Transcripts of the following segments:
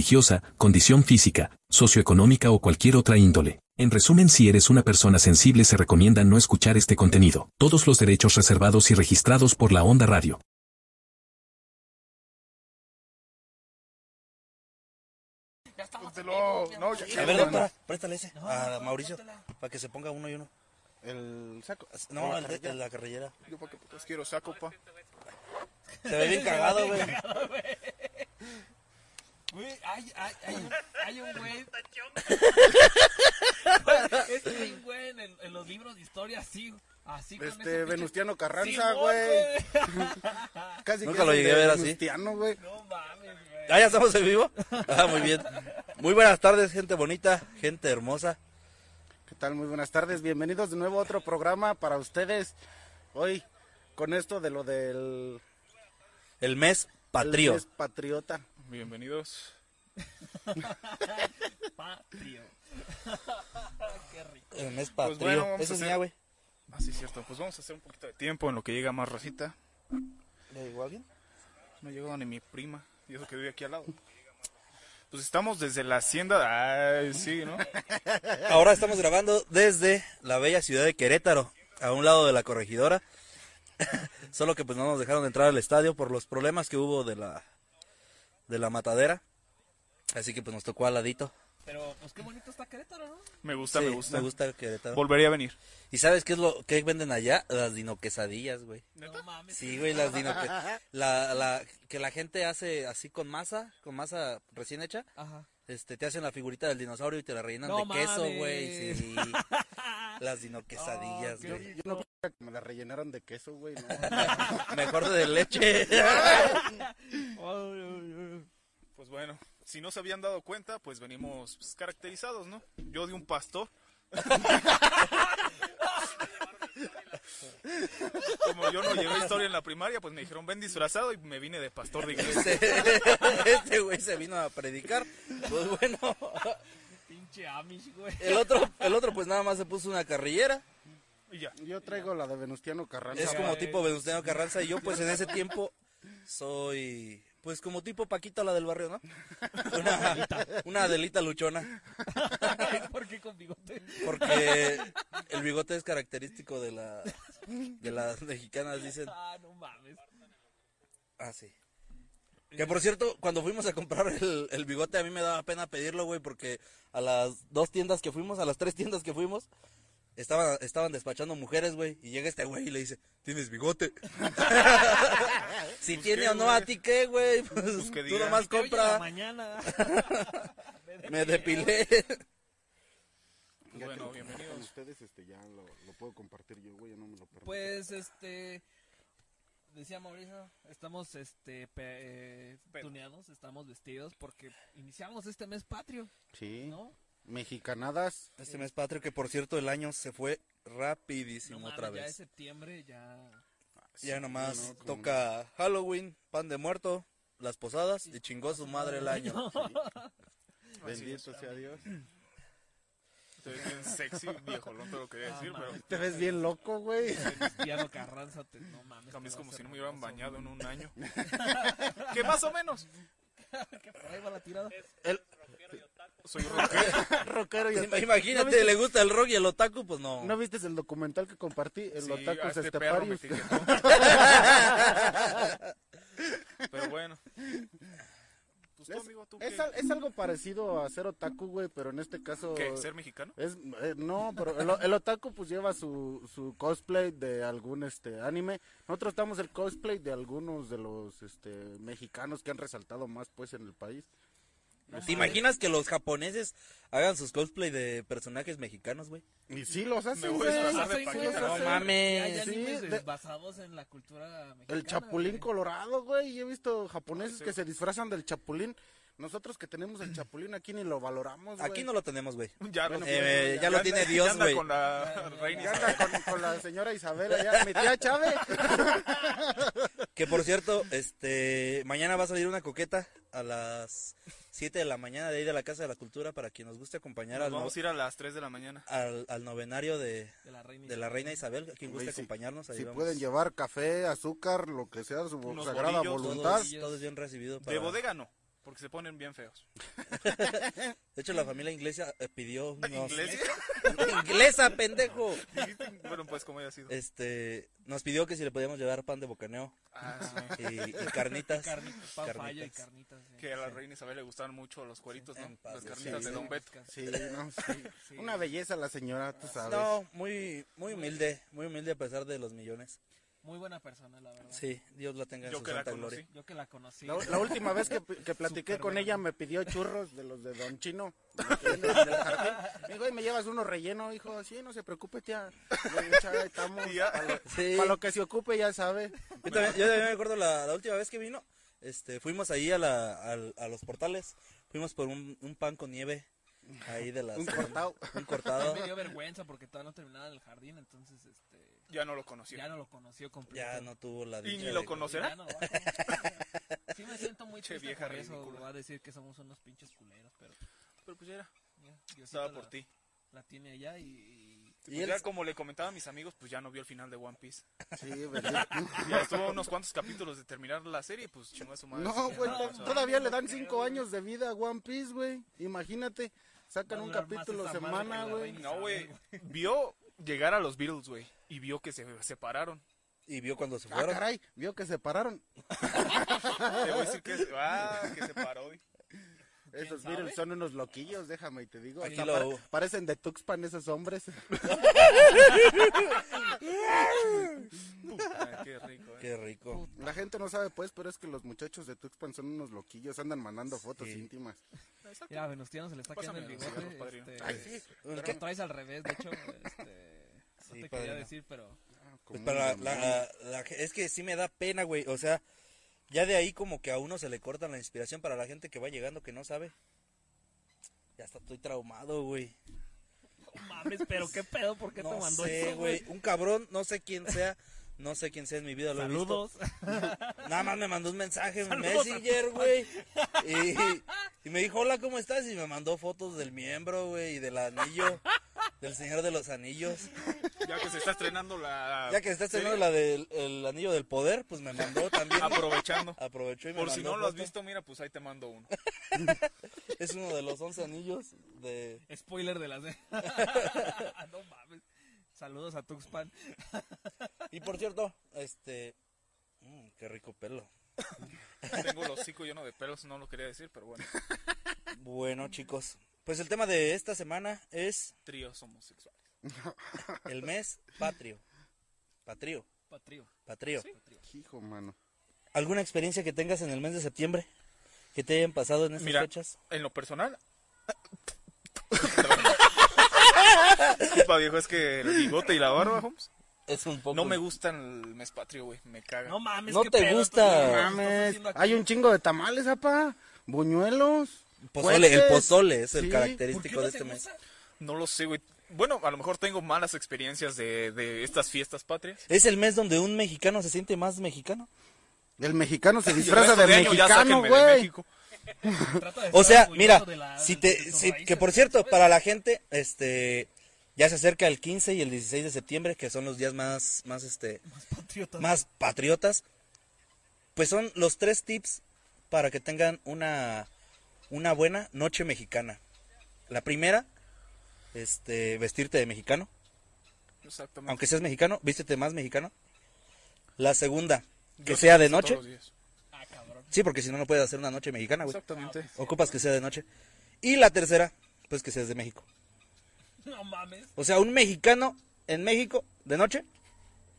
religiosa, condición física, socioeconómica o cualquier otra índole. En resumen, si eres una persona sensible se recomienda no escuchar este contenido. Todos los derechos reservados y registrados por la Onda Radio. Póntelo. Pues No, ya, ya, A ver, no, le- no. prá- préstale ese a Mauricio, para que se ponga uno y uno. El saco. No, el de- el carrillera. de la carrillera. Yo porque putas quiero saco, pa. Te ve bien cagado, güey. Güey, hay, hay, hay, un- hay un güey. es que hay un güey en, el- en los libros de historia así, así con ese Este, pinche- Venustiano Simón, Carranza, güey. Casi Nunca que lo es el llegué a de ver así. Venustiano, güey. No mames, güey. Ah, ya estamos en vivo. Ah, muy bien. Muy buenas tardes, gente bonita, gente hermosa. ¿Qué tal? Muy buenas tardes. Bienvenidos de nuevo a otro programa para ustedes. Hoy, con esto de lo del... El mes patrio. el mes patriota. Bienvenidos. Patrio. Qué rico. El mes Pues bueno, patrio. vamos a Eso es hacer- mía, güey. Ah, sí, cierto. Pues vamos a hacer un poquito de tiempo en lo que llega más Rosita. ¿Le llegó alguien? No ha llegado ni mi prima. Y eso que vive aquí al lado. Pues estamos desde la hacienda. Ay, sí, ¿no? Ahora estamos grabando desde la bella ciudad de Querétaro, a un lado de la corregidora. Solo que pues no nos dejaron entrar al estadio por los problemas que hubo de la de la matadera. Así que pues nos tocó al ladito. Pero, pues qué bonito está Querétaro, ¿no? Me gusta, Sí, me gusta. Me gusta Querétaro. Volvería a venir. ¿Y sabes qué es lo que venden allá? Las dinoquesadillas, güey. No mames. Sí, güey, las dinoquesadillas. La, la, que la gente hace así con masa, con masa recién hecha. Ajá. Este, te hacen la figurita del dinosaurio y te la rellenan No de queso, mames. güey. Sí. Las dinoquesadillas, Oh, qué güey. Yo no creo que me la rellenaron de queso, güey. no. Mejor de leche. Pues bueno, si no se habían dado cuenta, pues venimos pues, caracterizados, ¿no? Yo de un pastor. Como yo no llevé historia en la primaria, pues me dijeron ven disfrazado y me vine de pastor de iglesia. este güey se vino a predicar. Pues bueno, Pinche Amish, güey. el otro, el otro pues nada más se puso una carrillera. Y ya. Yo traigo la de Venustiano Carranza. Es güey. como tipo Venustiano Carranza y yo pues en ese tiempo soy pues como tipo Paquita la del barrio, ¿no? Una, una Adelita luchona, ¿Por qué con bigote? porque el bigote es característico de la de las mexicanas dicen. Ah, no mames. Ah, sí. Que por cierto, cuando fuimos a comprar el, el bigote a mí me daba pena pedirlo, güey, porque a las dos tiendas que fuimos, a las tres tiendas que fuimos, estaban estaban despachando mujeres, güey, y llega este güey y le dice, "¿Tienes bigote?" si tiene qué, o no güey. a ti qué, güey, pues, Pues que tú diga. nomás Te oye en la compra. mañana. Me depilé. Pues bueno, Con bienvenidos. ustedes, este, ya lo, lo puedo compartir yo, güey. Ya no me lo permito. Pues este decía Mauricio, estamos este pe- eh, Pero. tuneados, estamos vestidos porque iniciamos este mes patrio, Sí. ¿no? Mexicanadas. Este mes patrio que por cierto el año se fue rapidísimo No mames, otra ya es vez. septiembre, ya Ya, nomás no, como toca Halloween, pan de muerto, las posadas y chingó a su madre el año. Bendito sea Dios. Te ves bien sexy, viejo, no te lo quería decir, pero Te ves bien loco, güey. Cristiano pues, Carranza, te, no mames. también es te como vas a si no me hubieran hermoso. bañado en un año. que más o menos. Que por ahí va la tirada. Soy rockero. Rockero y Ima- otaku. Imagínate, le gusta el rock y el otaku, pues no. ¿No viste el documental que compartí? El Sí, otaku a es este perro me esteparius. etiquetó. Pero bueno. Pues tú, Es- amigo, tú Es, qué? al- es algo parecido a ser otaku, güey, pero en este caso... ¿Qué? ¿Ser mexicano? Es, eh, no, pero el, el otaku pues lleva su, su cosplay de algún este anime. Nosotros estamos el cosplay de algunos de los este mexicanos que han resaltado más pues en el país. ¿Te imaginas que los japoneses hagan sus cosplay de personajes mexicanos, güey? Y sí los Me hacen, voy güey. a disfrazar sí, de sí, paquita. sí. No No mames. Hay mames. sí, animes de- basados en la cultura mexicana. El chapulín güey. Ah, colorado, güey. y He visto japoneses que se disfrazan del chapulín. Nosotros que tenemos el chapulín aquí ni lo valoramos, güey. Aquí no lo tenemos, güey. Ya, Bueno, lo eh, tiene, ya lo anda- tiene Dios, anda güey. con la reina Ya anda con, con la señora Isabel allá, mi tía Chávez. Que por cierto, este, mañana va a salir una coqueta a las 7 de la mañana de ahí de la Casa de la Cultura para quien nos guste acompañar Nos al, vamos a no- ir a las 3 de la mañana. al, al novenario de, De la reina. de la Reina Isabel. A quien guste Güey, si- acompañarnos, ahí Si vamos. pueden llevar café, azúcar, lo que sea, su Unos sagrada bolillos, voluntad. Todos, todos bien recibidos. De bodega no, porque se ponen bien feos. De hecho, la familia inglesa eh, pidió. unos- ¿Iglesia? ¡Inglesa, pendejo! bueno, pues como haya sido. Este, nos pidió que si le podíamos llevar pan de bocaneo Ah, sí. y, y carnitas. Carnitas, pan fallo y Carnitas. carnitas. sí. Que a la reina Isabel le gustaban mucho los cueritos, ¿no? En paz Las descanse. carnitas de Sí. Don Beto. Sí, no, sí. Sí. Una belleza la señora, tú sabes. No, muy, muy humilde, muy humilde a pesar de los millones. Muy buena persona, la verdad. Sí, Dios la tenga en Yo su que la santa conocí. gloria. Yo que la conocí. La, la última vez que, que platiqué Súper con bueno. ella me pidió churros de los de Don Chino. de los que venden en el jardín. Me dijo, "Ay, me llevas uno relleno, hijo. Sí, no se preocupe, tía. Le digo, "Chale, estamos Tía. para lo, Sí. pa' lo que se ocupe, ya sabe. Yo también, yo también me acuerdo la, la última vez que vino, este, fuimos ahí a, la, al- a los portales, fuimos por un, un pan con nieve, ahí de las... Un cortado. Un cortado. Me dio vergüenza porque todavía no terminaba en el jardín, entonces este Ya no lo conocí. ya no lo conoció completo. Ya no tuvo la Y dicha ni lo de- conocerá. Ya no lo va a conocer. Sí me siento muy Che, triste vieja por eso, ridícula. va a decir que somos unos pinches culeros, pero Pero pues ya era. mira, Diosito Estaba por la, ti. la tiene allá y, Pues Y él- ya como le comentaba a mis amigos, pues ya no vio el final de One Piece. Sí, ¿verdad? Ya estuvo a unos cuantos capítulos de terminar la serie, pues chingó a su madre. No, güey, Ya to- o sea, todavía le dan cinco años de vida a One Piece, güey. Imagínate, sacan Va a un durar más capítulo esa madre que semana, la güey. reina. No, güey. Vio llegar a los Beatles, güey. Y vio que se separaron. Y vio cuando se Ah, fueron. caray, vio que se pararon. Te voy a decir que se, ah, que se paró, güey. Esos sabe? Beatles son unos loquillos, déjame y te digo. Aquí Hasta lo- pare- parecen de Tuxpan esos hombres. Ah, qué rico, eh. Qué rico. La gente no sabe, pues, pero es que los muchachos de Tuxpan son unos loquillos, andan mandando fotos Sí. íntimas. y ya Venustiano se le está Pásame quedando el el cigarro, bigote. padrino. Este, Ay, sí. Pues, que ¿qué? traes al revés, de hecho, este no Sí, te quería padrino. decir, pero Ah, como Pues un para demonio. la, la- la- es que sí me da pena, güey. O sea, ya de ahí como que a uno se le corta la inspiración para la gente que va llegando que no sabe. Ya hasta estoy traumado, güey. no mames, pero qué pedo, ¿por qué te No mandó sé, eso, güey. Un cabrón, no sé quién sea, no sé quién sea en mi vida. Lo he visto. Saludos. Nada más me mandó un mensaje en Saludos a Messenger, güey. Y, y me dijo, hola, ¿cómo estás? Y me mandó fotos del miembro, güey, y del anillo, del señor de los anillos. Ya que se está estrenando la. Ya que está estrenando la del el anillo del poder, pues me mandó también. Aprovechando. Aprovechó y me Por si mandó no lo has foto. visto, mira, pues ahí te mando uno. Es uno de los once anillos de... Spoiler de las. no mames. Saludos a Tuxpan. Y por cierto, este... mm, qué rico pelo. Tengo el hocico lleno de pelos, no lo quería decir, pero bueno. Bueno, chicos. Pues el tema de esta semana es Tríos homosexuales. el mes patrio. Patrio, Patrio. patrio. Hijo, mano. ¿Alguna experiencia que tengas en el mes de septiembre? Que te hayan pasado en esas Mira, fechas. en lo personal. Perdón. Disculpa, viejo, es que el bigote y la barba, Holmes, Es un poco. No me gustan el mes patrio, güey. Me cagan. No mames. No qué te pedo, gusta. Tuxpan. Mames, Estás haciendo hay aquí- un chingo de tamales, apa. Buñuelos. Pozole, el cohetes. pozole es el Pues, Sí, ¿Por qué característico no de te este mes. gusta? No lo sé, güey. Bueno, a lo mejor tengo malas experiencias de, de estas fiestas patrias. Es el mes donde un mexicano se siente más mexicano. El mexicano se Y el disfraza resto de, año ya mexicano, sáquenme de güey. México. Trata de O estar sea, orgulloso mira, de la- si de te, tus si- raíces, que por güey. cierto, para la gente, este, ya se acerca el 15 y el 16 de septiembre, que son los días más, más, este, Patriotas. más patriotas, pues son los tres tips para que tengan una, una buena noche mexicana. La primera, este, vestirte de mexicano. Exactamente. Aunque seas mexicano, vístete más mexicano. La segunda, que Yo sea de todos noche. los días. Ah, cabrón. Sí, porque si no, no puedes hacer una noche mexicana, güey. Exactamente. Ocupas que sea de noche. Y la tercera, pues que seas de México. No mames. O sea, un mexicano en México de noche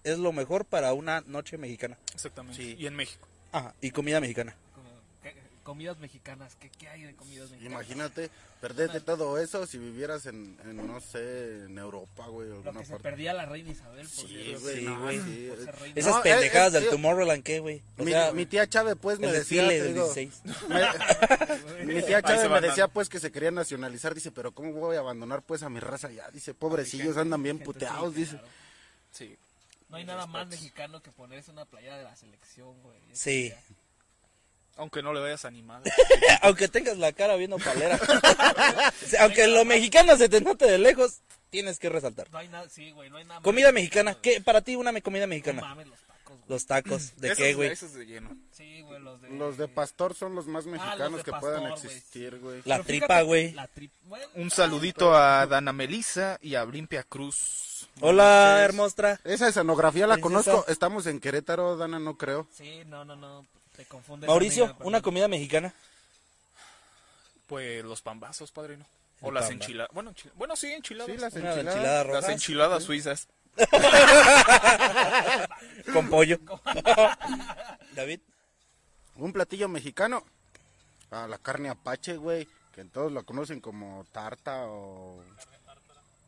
es lo mejor para una noche mexicana. Exactamente. Y en México. Ajá, y comida mexicana. Como, ¿qué- comidas mexicanas. ¿Qué, qué hay de comidas mexicanas? Imagínate, perderte todo eso si vivieras en, en, no sé, en Europa, güey, o Lo alguna que se parte. perdía la reina Isabel. Por Sí, cierto. güey, Sí, no, güey. sí. Por ser reina. Esas No, eh, pendejadas eh, del tío. Tomorrowland, ¿qué, güey? O Mi, sea, mi tía Chávez, pues, me el decía... desfile te del digo, 16. me- mi tía Ahí se Chávez me van, decía, ¿no? pues, que se quería nacionalizar. Dice, pero ¿cómo voy a abandonar, pues, a mi raza ya? Dice, pobrecillos, andan bien Gente, puteados, sí, dice. claro. Sí. No hay nada más mexicano que ponerse una playa de la selección, güey. Es Sí. que ya- Aunque no le vayas animado. Aunque tengas la cara viendo palera. O sea, Aunque lo mexicano se te note de lejos, tienes que resaltar. No hay nada, sí, güey, no hay nada más Comida mexicano, mexicana, güey. ¿qué? Para ti una me- comida No mexicana. mames los tacos, güey. Los tacos, ¿de qué, güey? Eso es de lleno. Sí, güey, los de... Los de pastor son los más mexicanos Ah, de que pastor, puedan güey. existir, güey. La Pero fíjate, tripa, güey. La tripa, bueno, Un saludito a Dana Melisa y a Olimpia Cruz. Hola, hermostra. Esa escenografía la ¿Es conozco. esa? Estamos en Querétaro, Dana, no creo. Sí, no, no, no, te confundes. Mauricio, amiga, perdón. una comida mexicana. Pues los pambazos, padrino. O El las pamba. enchiladas. Bueno, enchila- bueno, sí, enchiladas. Sí, las Una de enchiladas. enchiladas Las rojas enchiladas suizas. con pollo. David, Un platillo mexicano. Ah, la carne apache, güey. Que todos la conocen como tarta o...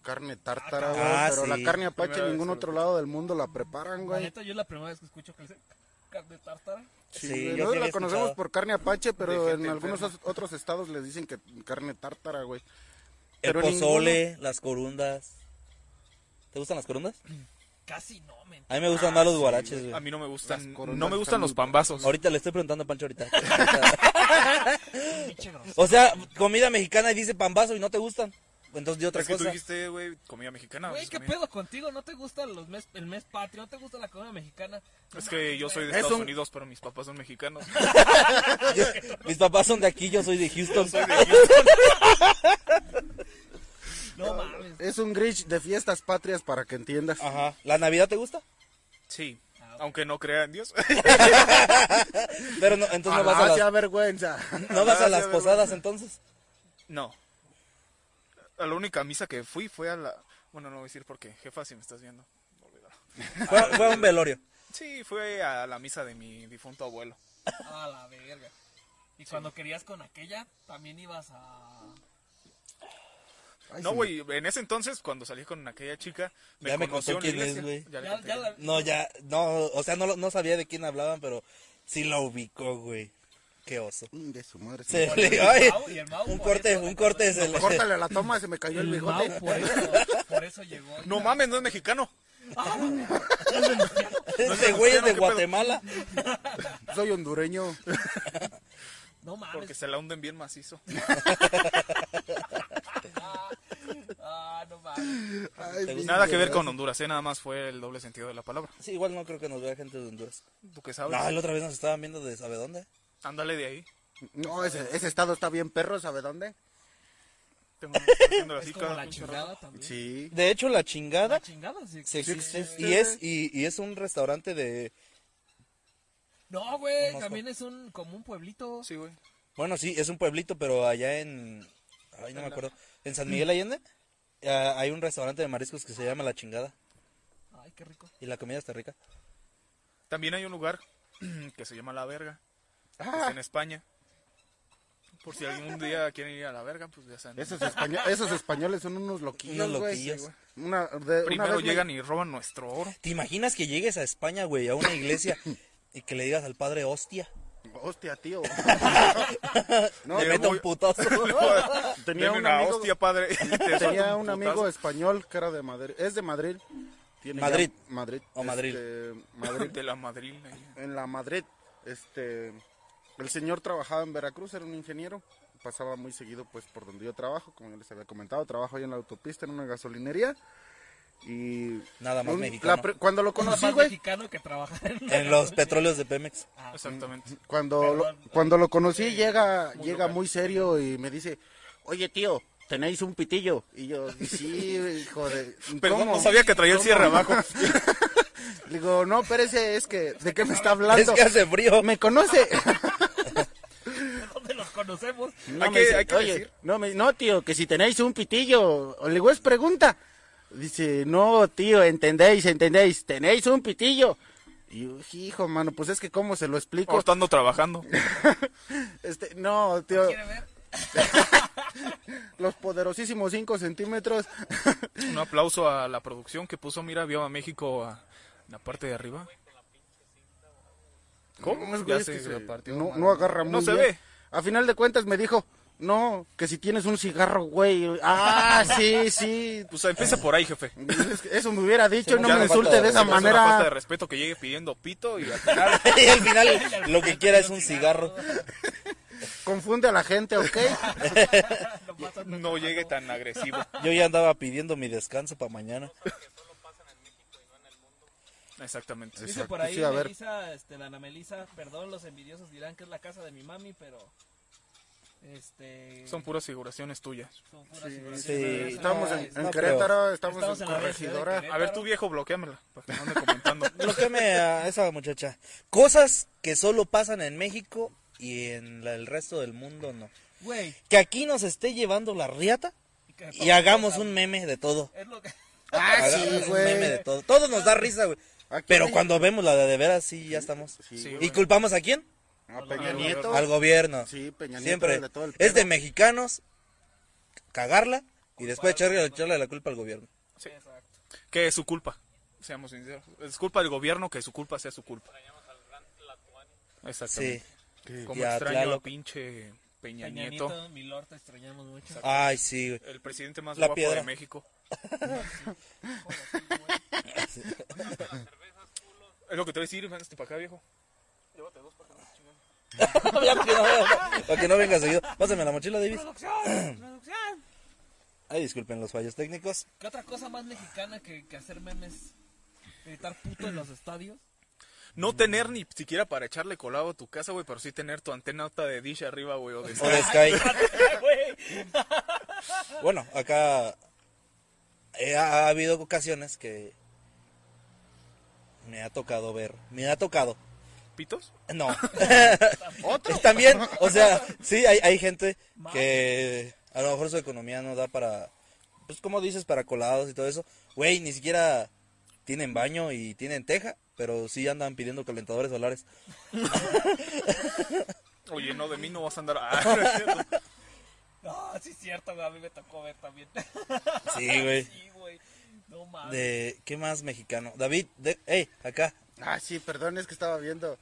Carne tártara, güey. Ah, pero sí. la carne apache Primera en vez que ningún lo otro lado del mundo la preparan, La güey. neta, yo es la primera vez que escucho que le dicen carne tártara. Sí, Sí, güey. yo sí Nosotros había la conocemos escuchado. por carne apache, pero De en gente algunos enferma. os- otros estados les dicen que carne tártara, güey. el Pero pozole, las corundas. ¿Te gustan las corundas? Casi no, men. A mí me gustan más los guaraches, güey. Ah, A mí no me gustan. Las coronas No me están gustan los muy- pambazos. Ahorita le estoy preguntando a Pancho ahorita. Pinche grosero. o sea, comida mexicana y dice pambazo y no te gustan. Entonces di otra Es que tú cosa. dijiste, güey, comida mexicana. pues, Güey, es ¿qué comida. pedo contigo? ¿No te gusta los mes, el mes patrio? ¿No te gusta la comida mexicana? No Es que mames, yo soy de güey. Es Estados un- Unidos, pero mis papás son mexicanos. Mis papás son de aquí, yo soy de Houston. No mames. Es un Grinch de fiestas patrias para que entiendas. Ajá. ¿La Navidad te gusta? Sí. Ah, ok. Aunque no crea en Dios. Pero no, entonces no vas a Ah, Alá las, sea vergüenza. no vas a Alá las sea posadas entonces. No. A la única misa que fui fue a la. Bueno, no voy a decir por qué. Jefa, si me estás viendo. no olvidar. Fue, fue un velorio. Sí, fue a la misa de mi difunto abuelo. A la verga. Y cuando querías con aquella, también ibas a... Ay, No, sí. güey, en ese entonces, cuando salí con aquella chica, me Ya me conoció contó en la quién es, iglesia. güey. Ya le Ya- conté. ya la- No, ya, no, o sea, no, lo- no sabía de quién hablaban, pero sí la ubicó, güey. Qué oso. Mm, De su madre. Se sí. le- ay, Mau- y el Mau un por corte, eso la un corte de cele- Córtale la toma, se me cayó el El bigote. Mau, por eso, por eso llegó. Ah, No mames, no es mexicano. Este güey es de ¿Qué pedo? Guatemala. Soy hondureño. No mames. Porque se la hunden bien macizo. Ah, no mames. Ay, Te mi- Nada que ver con Honduras, ¿eh? Nada más fue el doble sentido de la palabra. Sí, igual no creo que nos vea gente de Honduras. ¿Tú qué sabes? No, la otra vez nos estaban viendo de sabe dónde. Ándale de ahí. No, ese, ese estado está bien perro, ¿sabe dónde? Tengo estoy haciéndolo Es así como cada la pinche chingada rato. también. Sí. De hecho, la La chingada chingada, Ah, sí. sí existe. existe. Y es, y, y es un restaurante de. No, güey, Conozco. también es un como un pueblito. Sí, güey. Bueno, sí, es un pueblito, pero allá en. Ay, no me acuerdo. En San Miguel Allende ah, hay un restaurante de mariscos que se llama La Chingada. Ay, qué rico. Y la comida está rica. También hay un lugar que se llama La Verga. que está Ah. en España. Por si algún día quieren ir a La Verga, pues ya saben. Esos, españo- esos españoles son unos loquillos, Unos güey. loquillos. Sí, güey. Una, de, Primero llegan y roban nuestro oro. ¿Te imaginas que llegues a España, güey, a una iglesia y que le digas al padre hostia? Hostia, tío. No, No, te yo meto voy- un putazo. Tenía Denme un una amigo- hostia, padre. y te Tenía suelta un putazo. amigo español que era de Madrid. Es de Madrid. Tiene ya- Madrid. Madrid. O Madrid. Este, Madrid. De la Madrid. ahí. en la Madrid, este, el señor trabajaba en Veracruz, era un ingeniero, pasaba muy seguido pues por donde yo trabajo, como ya les había comentado, trabajo ahí en la autopista en una gasolinería y Nada más un- mexicano. la pre- cuando lo conocí, más güey, mexicano que trabaja en... En los petróleos de Pemex. Ah, Exactamente. cuando lo, Perdón. cuando lo conocí llega muy llega local. muy serio y me dice, "Oye, tío, tenéis un pitillo." Y yo, "Sí, hijo de Pero ¿cómo?" no sabía que traía el cierre abajo. Le digo, "No, pero ese es que ¿de qué me está hablando?" Es que hace frío. Me conoce. ¿Dónde los conocemos? No, Hay me que- dice, hay que "Oye, decir". No, me- no, tío, que si tenéis un pitillo, o le digo, es pregunta. Dice, no, tío, entendéis, entendéis, tenéis un pitillo. Y hijo, mano, pues es que cómo se lo O explico. estando trabajando. Este, no, tío, ¿Quiere ver? los poderosísimos 5 centímetros. Un aplauso a la producción que puso Mira Viva México a en la parte de arriba. ¿Cómo? No, es, Ya güey, es se que se- partió no, madre. no agarra muy No se bien. ve. A final de cuentas me dijo, no, que si tienes un cigarro, güey. Ah, sí, sí. Pues empieza por ahí, jefe. Es que Eso me hubiera dicho, Sí, no ya me le insulte falta- de Se esa me hace Una falta de manera. respeto que llegue pidiendo pito y al final y al final lo que quiera es un cigarro. Confunde a la gente, ¿ok? No pasa nada. no llegue tan agresivo. Yo ya andaba pidiendo mi descanso para mañana. Exactamente. Dice por Exacto, ahí, sí, a ver. Melissa, este, la Ana Melissa, perdón, los envidiosos dirán que es la casa de mi mami, pero. Este. Son puras figuraciones tuyas. son puras Ah, figuraciones. Sí. Estamos No, en, es- en no creo. Querétaro, estamos, Estamos en en la vecindad de Corregidora. Querétaro. A ver, tú viejo, bloqueamela. Para que no ande comentando. Bloqueame a esa muchacha. Cosas que solo pasan en México y en la- el resto del mundo no. Güey. Que aquí nos esté llevando la riata que- y hagamos un meme de todo. Es lo que. Ah, sí, Hagamos un meme de güey. Ah, todo. Todo nos da risa, güey. Aquí Pero hay- cuando vemos la de de veras, sí, ya estamos. Sí, ¿Y güey. culpamos a quién? A Ah, Peña Nieto. Al gobierno. Sí, Peña Nieto Siempre. de todo el Es de pedo. mexicanos cagarla y después echarle, echarle la culpa al gobierno. Sí. Que es su culpa. Seamos sinceros. Es culpa del gobierno que su culpa sea su culpa. Sí. Exactamente. Como Y a extraño a Tlaloc. pinche Peña, Peña Nieto. Nieto, mi lord, te extrañamos mucho. Ay, sí, güey. El presidente más La guapo piedra. de México. es lo que te voy a decir, este para acá, viejo. Ya, para que no vea- para que no venga seguido. Pásame la mochila, Davis. ¡Producción! ¡Producción! Ay, disculpen los fallos técnicos. ¿Qué otra cosa más mexicana que, que hacer memes? Gritar puto en los estadios. No tener ni siquiera para echarle colado a tu casa, güey, pero sí tener tu antena alta de dish arriba, güey, o de O de Sky. Bueno, acá eh, ha, ha habido ocasiones que me ha tocado ver. Me ha tocado. pitos. No. ¿Otro? También, o sea, sí, hay, hay gente que a lo mejor su economía no da para, pues como dices, para colados y todo eso. Güey, ni siquiera tienen baño y tienen teja, pero sí andan pidiendo calentadores solares. Oye, no, de mí no vas a andar. Ah, no es cierto. No, sí es cierto, güey, a mí me tocó ver también. Sí, güey. Sí, güey. No mames. De, ¿Qué más mexicano? David, de, hey, acá. Ah, sí, perdón, es que estaba viendo.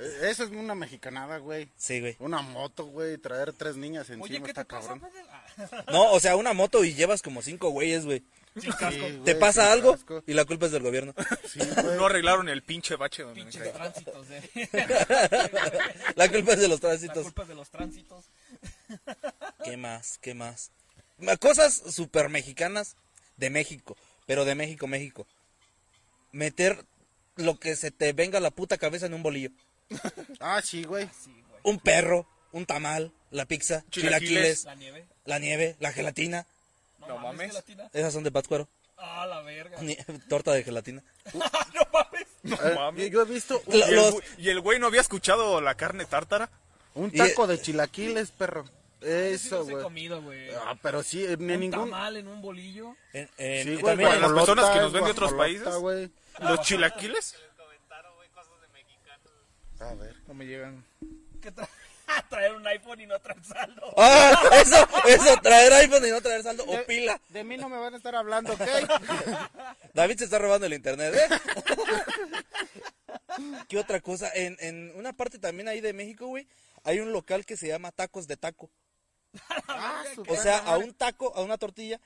Eh, Eso es una mexicanada, güey. Sí, güey. Una moto, güey, traer tres niñas encima Oye, ¿qué está te pasa, cabrón. Pedro? Ah, No, o sea, una moto y llevas como cinco güeyes, güey. Sí, güey, Te pasa sin algo casco. y la culpa es del gobierno. Sí, güey. No arreglaron el pinche bache donde me Pinches caí. tránsitos, eh. La culpa es de los La tránsitos. culpa es de los tránsitos. ¿Qué más? ¿Qué más? Ma- Cosas super mexicanas de México, pero de México, México. Meter lo que se te venga a la puta cabeza en un bolillo. Ah, sí, güey. Sí, güey. Un perro, un tamal, la pizza, Chilaquiles. chilaquiles, La nieve. la nieve, la gelatina. No, No mames. mames. gelatina. Esas son de Pátzcuaro. Ah, la verga. Ni- Torta de gelatina. no mames. No Eh, mames. yo, yo he visto ¿Y, un, La- el, los- güey- y el güey no había escuchado la carne tártara. un y- taco de chilaquiles, perro. Sí, los Eso, he güey. comido, güey. Ah, pero sí, eh, ni un ningún. tamal en un bolillo. En- en- Sí, y güey, también- para las personas que nos ven de guajolota, otros países. güey. Los chilaquiles. A ver. No me llegan. Que tra- traer un iPhone y no traer saldo. ¡Ah! Eso, eso, traer iPhone y no traer saldo o pila. De mí no me van a estar hablando, ¿ok? David se está robando el internet, ¿eh? ¿Qué otra cosa? En, en una parte también ahí de México, güey, hay un local que se llama Tacos de Taco. Ah, su O sea, madre. a un taco, a una tortilla,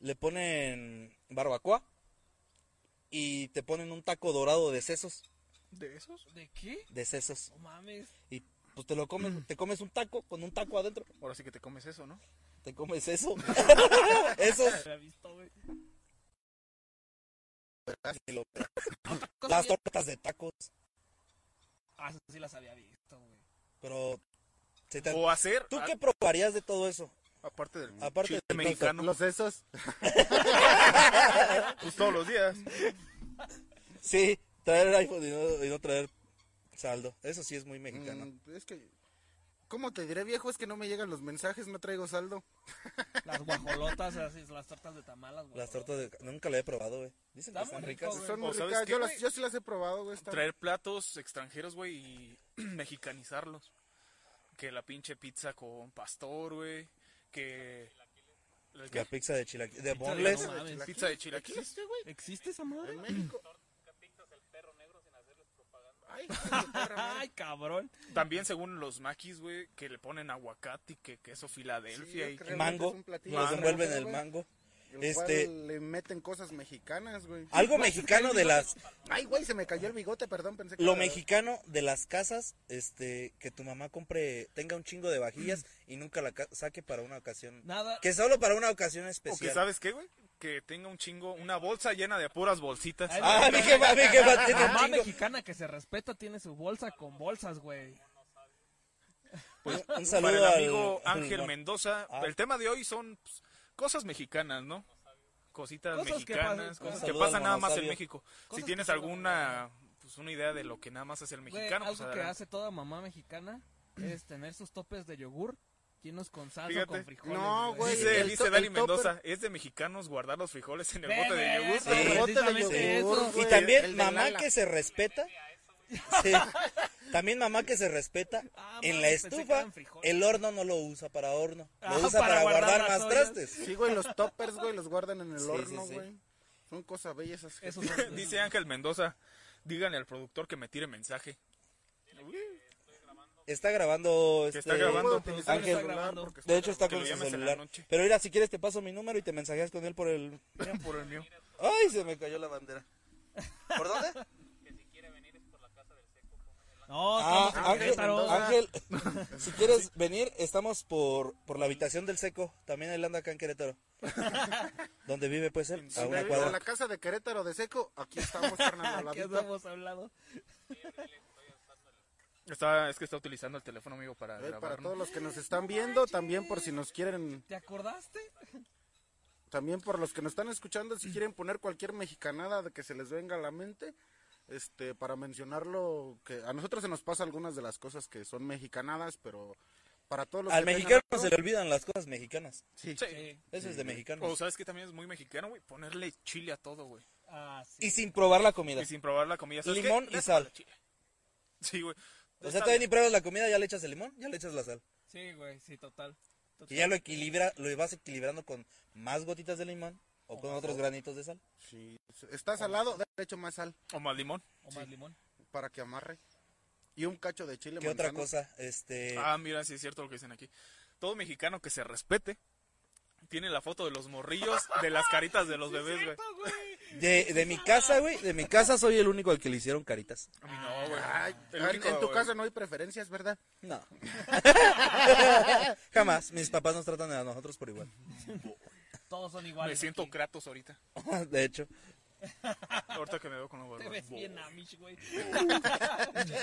le ponen barbacoa y te ponen un taco dorado de sesos, ¿De esos? ¿De qué? de sesos. No mames. Y pues te lo comes, te comes un taco con un taco adentro. Ahora sí que te comes eso, ¿no? Te comes eso. Esos. No había visto, güey. Las tortas de tacos. Ah, eso sí las había visto, güey. Pero. se te- O hacer, ¿Tú a- qué probarías de todo eso? aparte del Aparte chile del- mexicano, Los esos. pues todos los días. Sí, traer el iPhone y no, y no traer saldo. Eso sí es muy mexicano. Mm, es mm, que ¿Cómo te diré, viejo? Es que no me llegan los mensajes, no traigo saldo. Las guajolotas, así, las tortas de tamalas, güey. Las tortas de... Nunca las he probado, güey. Dicen que Está están muy ricas. rico, güey. Son muy ¿O sabes ricas. qué, Yo, las, güey? yo sí las he probado, güey. están- Traer platos extranjeros, güey, y mexicanizarlos. Que la pinche pizza con pastor, güey. Que... ¿La La qué? pizza de chilaquiles. De de boneless. no mames. Pizza de chilaquiles. ¿Este, ¿Existe esa madre? En México. Ay, hijo de perra madre. Ay, cabrón. También según los maquis, güey, que le ponen aguacate y que queso Filadelfia Sí, y yo que- creo. mango. es un platillo Los de envuelven en Francia, el güey. mango. El Este- cual le meten cosas mexicanas, güey. Algo mexicano de las... Ay, güey, se me cayó el bigote, perdón, pensé que Lo era- mexicano de las casas, este, que tu mamá compre, tenga un chingo de vajillas y nunca la ca- saque para una ocasión. Nada. Que solo para una ocasión O que, especial. ¿sabes qué, güey? Que tenga un chingo, una bolsa llena de puras bolsitas. Ay, Ah, mi jefa, mi jefa tiene un Mamá chingo. mexicana que se respeta tiene su bolsa con bolsas, güey. Un saludo para el al- amigo al- Ángel Mendoza. Ah. El tema de hoy son pues, cosas mexicanas, ¿no? Cositas Cosas que mexicanas, pasan- cosas Un que saludo al pasan nada más en monosaurio. México. Cosas si que tienes pasan- alguna pues una idea de lo que nada más hace el Güey, mexicano, pues algo que adelante. hace toda mamá mexicana es tener sus topes de yogur llenos con salsa Fíjate. con frijoles. No, güey, Dice, el dice to- Dali el Mendoza, es de mexicanos guardar los frijoles en el bote de yogur. Sí. ¿no? bote de Precisamente yogur, eso. güey. Y el- también el de mamá Lala. que se respeta. Sí. También mamá que se respeta. Ah, en mames, la pensé que estufa, eran frijoles. el horno no lo usa para horno. Lo Ah, usa para para, guardar guardar, las más ollas. trastes. Sí, güey, los toppers, güey, los guardan en el Sí, horno, sí, sí. güey. Son cosas bellas esas. Eso gentes. son- Dice Ángel Mendoza, díganle al productor que me tire mensaje. Está grabando. Que Este, está No puedo grabando. utilizar mi Ángel. celular porque De hecho, está Que con lo su llames en la celular. noche. Pero mira, si quieres, te paso mi número y te mensajeas con él por el. Por el mío. Ay, se me cayó la bandera. ¿Por dónde? No, Ah, estamos en Ángel, Querétaro. ah, Ángel, si quieres venir, estamos por, por la habitación del seco. También él anda acá en Querétaro. Donde vive, puede ser, a una Si me- en cuadra. la casa de Querétaro de Seco, aquí estamos, carnal, a la Aquí vista. hemos hablado. Está, es que está utilizando el teléfono, amigo, para Güey, grabar. Eh, para ¿no? todos los que nos están viendo, también por si nos quieren, ¿Te acordaste? también por los que nos están escuchando, si quieren poner cualquier mexicanada de que se les venga a la mente, este, para mencionarlo, que a nosotros se nos pasa algunas de las cosas que son mexicanadas, pero para todos los Al que tengan mexicano algo- se le olvidan las cosas mexicanas. Sí. Sí. Eso es de mexicano. O sabes que también es muy mexicano, güey, ponerle chile a todo, güey. Ah, sí. Y sin probar la comida. Y sin probar la comida. ¿sabes Limón qué? y Déjala sal. chile. Sí, güey. O sea, todavía ni pruebas la comida, ya le echas el limón, ya le echas la sal. Sí, güey, sí, total. Total. Y ya lo equilibra, lo vas equilibrando con más gotitas de limón o con otros granitos de sal. Sí, está salado, de hecho más sal O más limón. O más limón. para que amarre. Y un cacho de chile ¿Qué otra manzano. cosa? Este, Ah, mira, sí es cierto lo que dicen aquí. Todo mexicano que se respete tiene la foto de los morrillos, de las caritas de los bebés, güey. de, de mi casa, güey, de mi casa soy el único al que le hicieron caritas. A mí no, güey. Ay, El en- único, en tu güey. casa no hay preferencias, ¿verdad? No. Jamás. Mis papás nos tratan a nosotros por igual. Todos son iguales. Me siento aquí. Kratos ahorita. De hecho. Ahorita que me veo con los Te ves bien barbados. Amish, güey.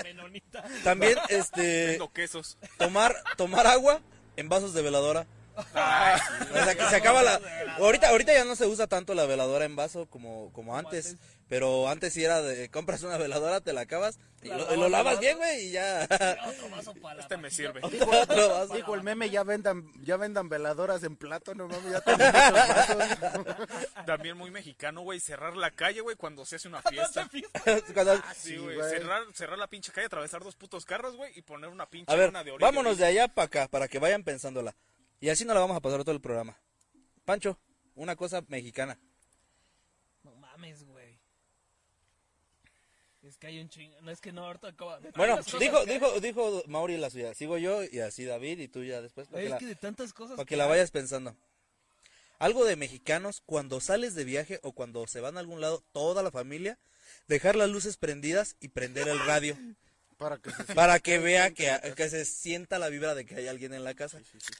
Menonita. También, este, Los quesos. tomar, tomar agua en vasos de veladora. Ah, O sea, que se acaba la... Ahorita, ahorita ya no se usa tanto la veladora en vaso como, como antes. Pero antes sí era de... Compras una veladora, te la acabas y lo, y lo lavas bien, güey, y ya... Otro vaso para la Este me vajilla. sirve. Otro vaso. Dijo el meme, ya vendan, ya vendan veladoras en plato, no mames, ya con muchos vasos. También muy mexicano, güey. Cerrar la calle, güey, cuando se hace una No te fiesta. fijas. Cuando- Ah, Sí, Sí, güey. güey. Cerrar, cerrar la pinche calle, atravesar dos putos carros, güey, y poner una pinche A ver, lona de orilla. vámonos de allá para acá, para que vayan pensándola. Y así nos la vamos a pasar todo el programa. Pancho, una cosa mexicana. No mames, güey. Es que hay un chingo. No es que no, ahorita acaba. hay Bueno, unas cosas dijo, que- dijo, dijo Mauri la suya. Sigo yo y así David y tú ya después para Güey, que, Es la, que de tantas cosas. para que la vayas pensando. Algo de mexicanos, cuando sales de viaje o cuando se van a algún lado, toda la familia, dejar las luces prendidas y prender el radio. Para que, se- para que vea que, que se sienta la vibra de que hay alguien en la casa. sí, sí,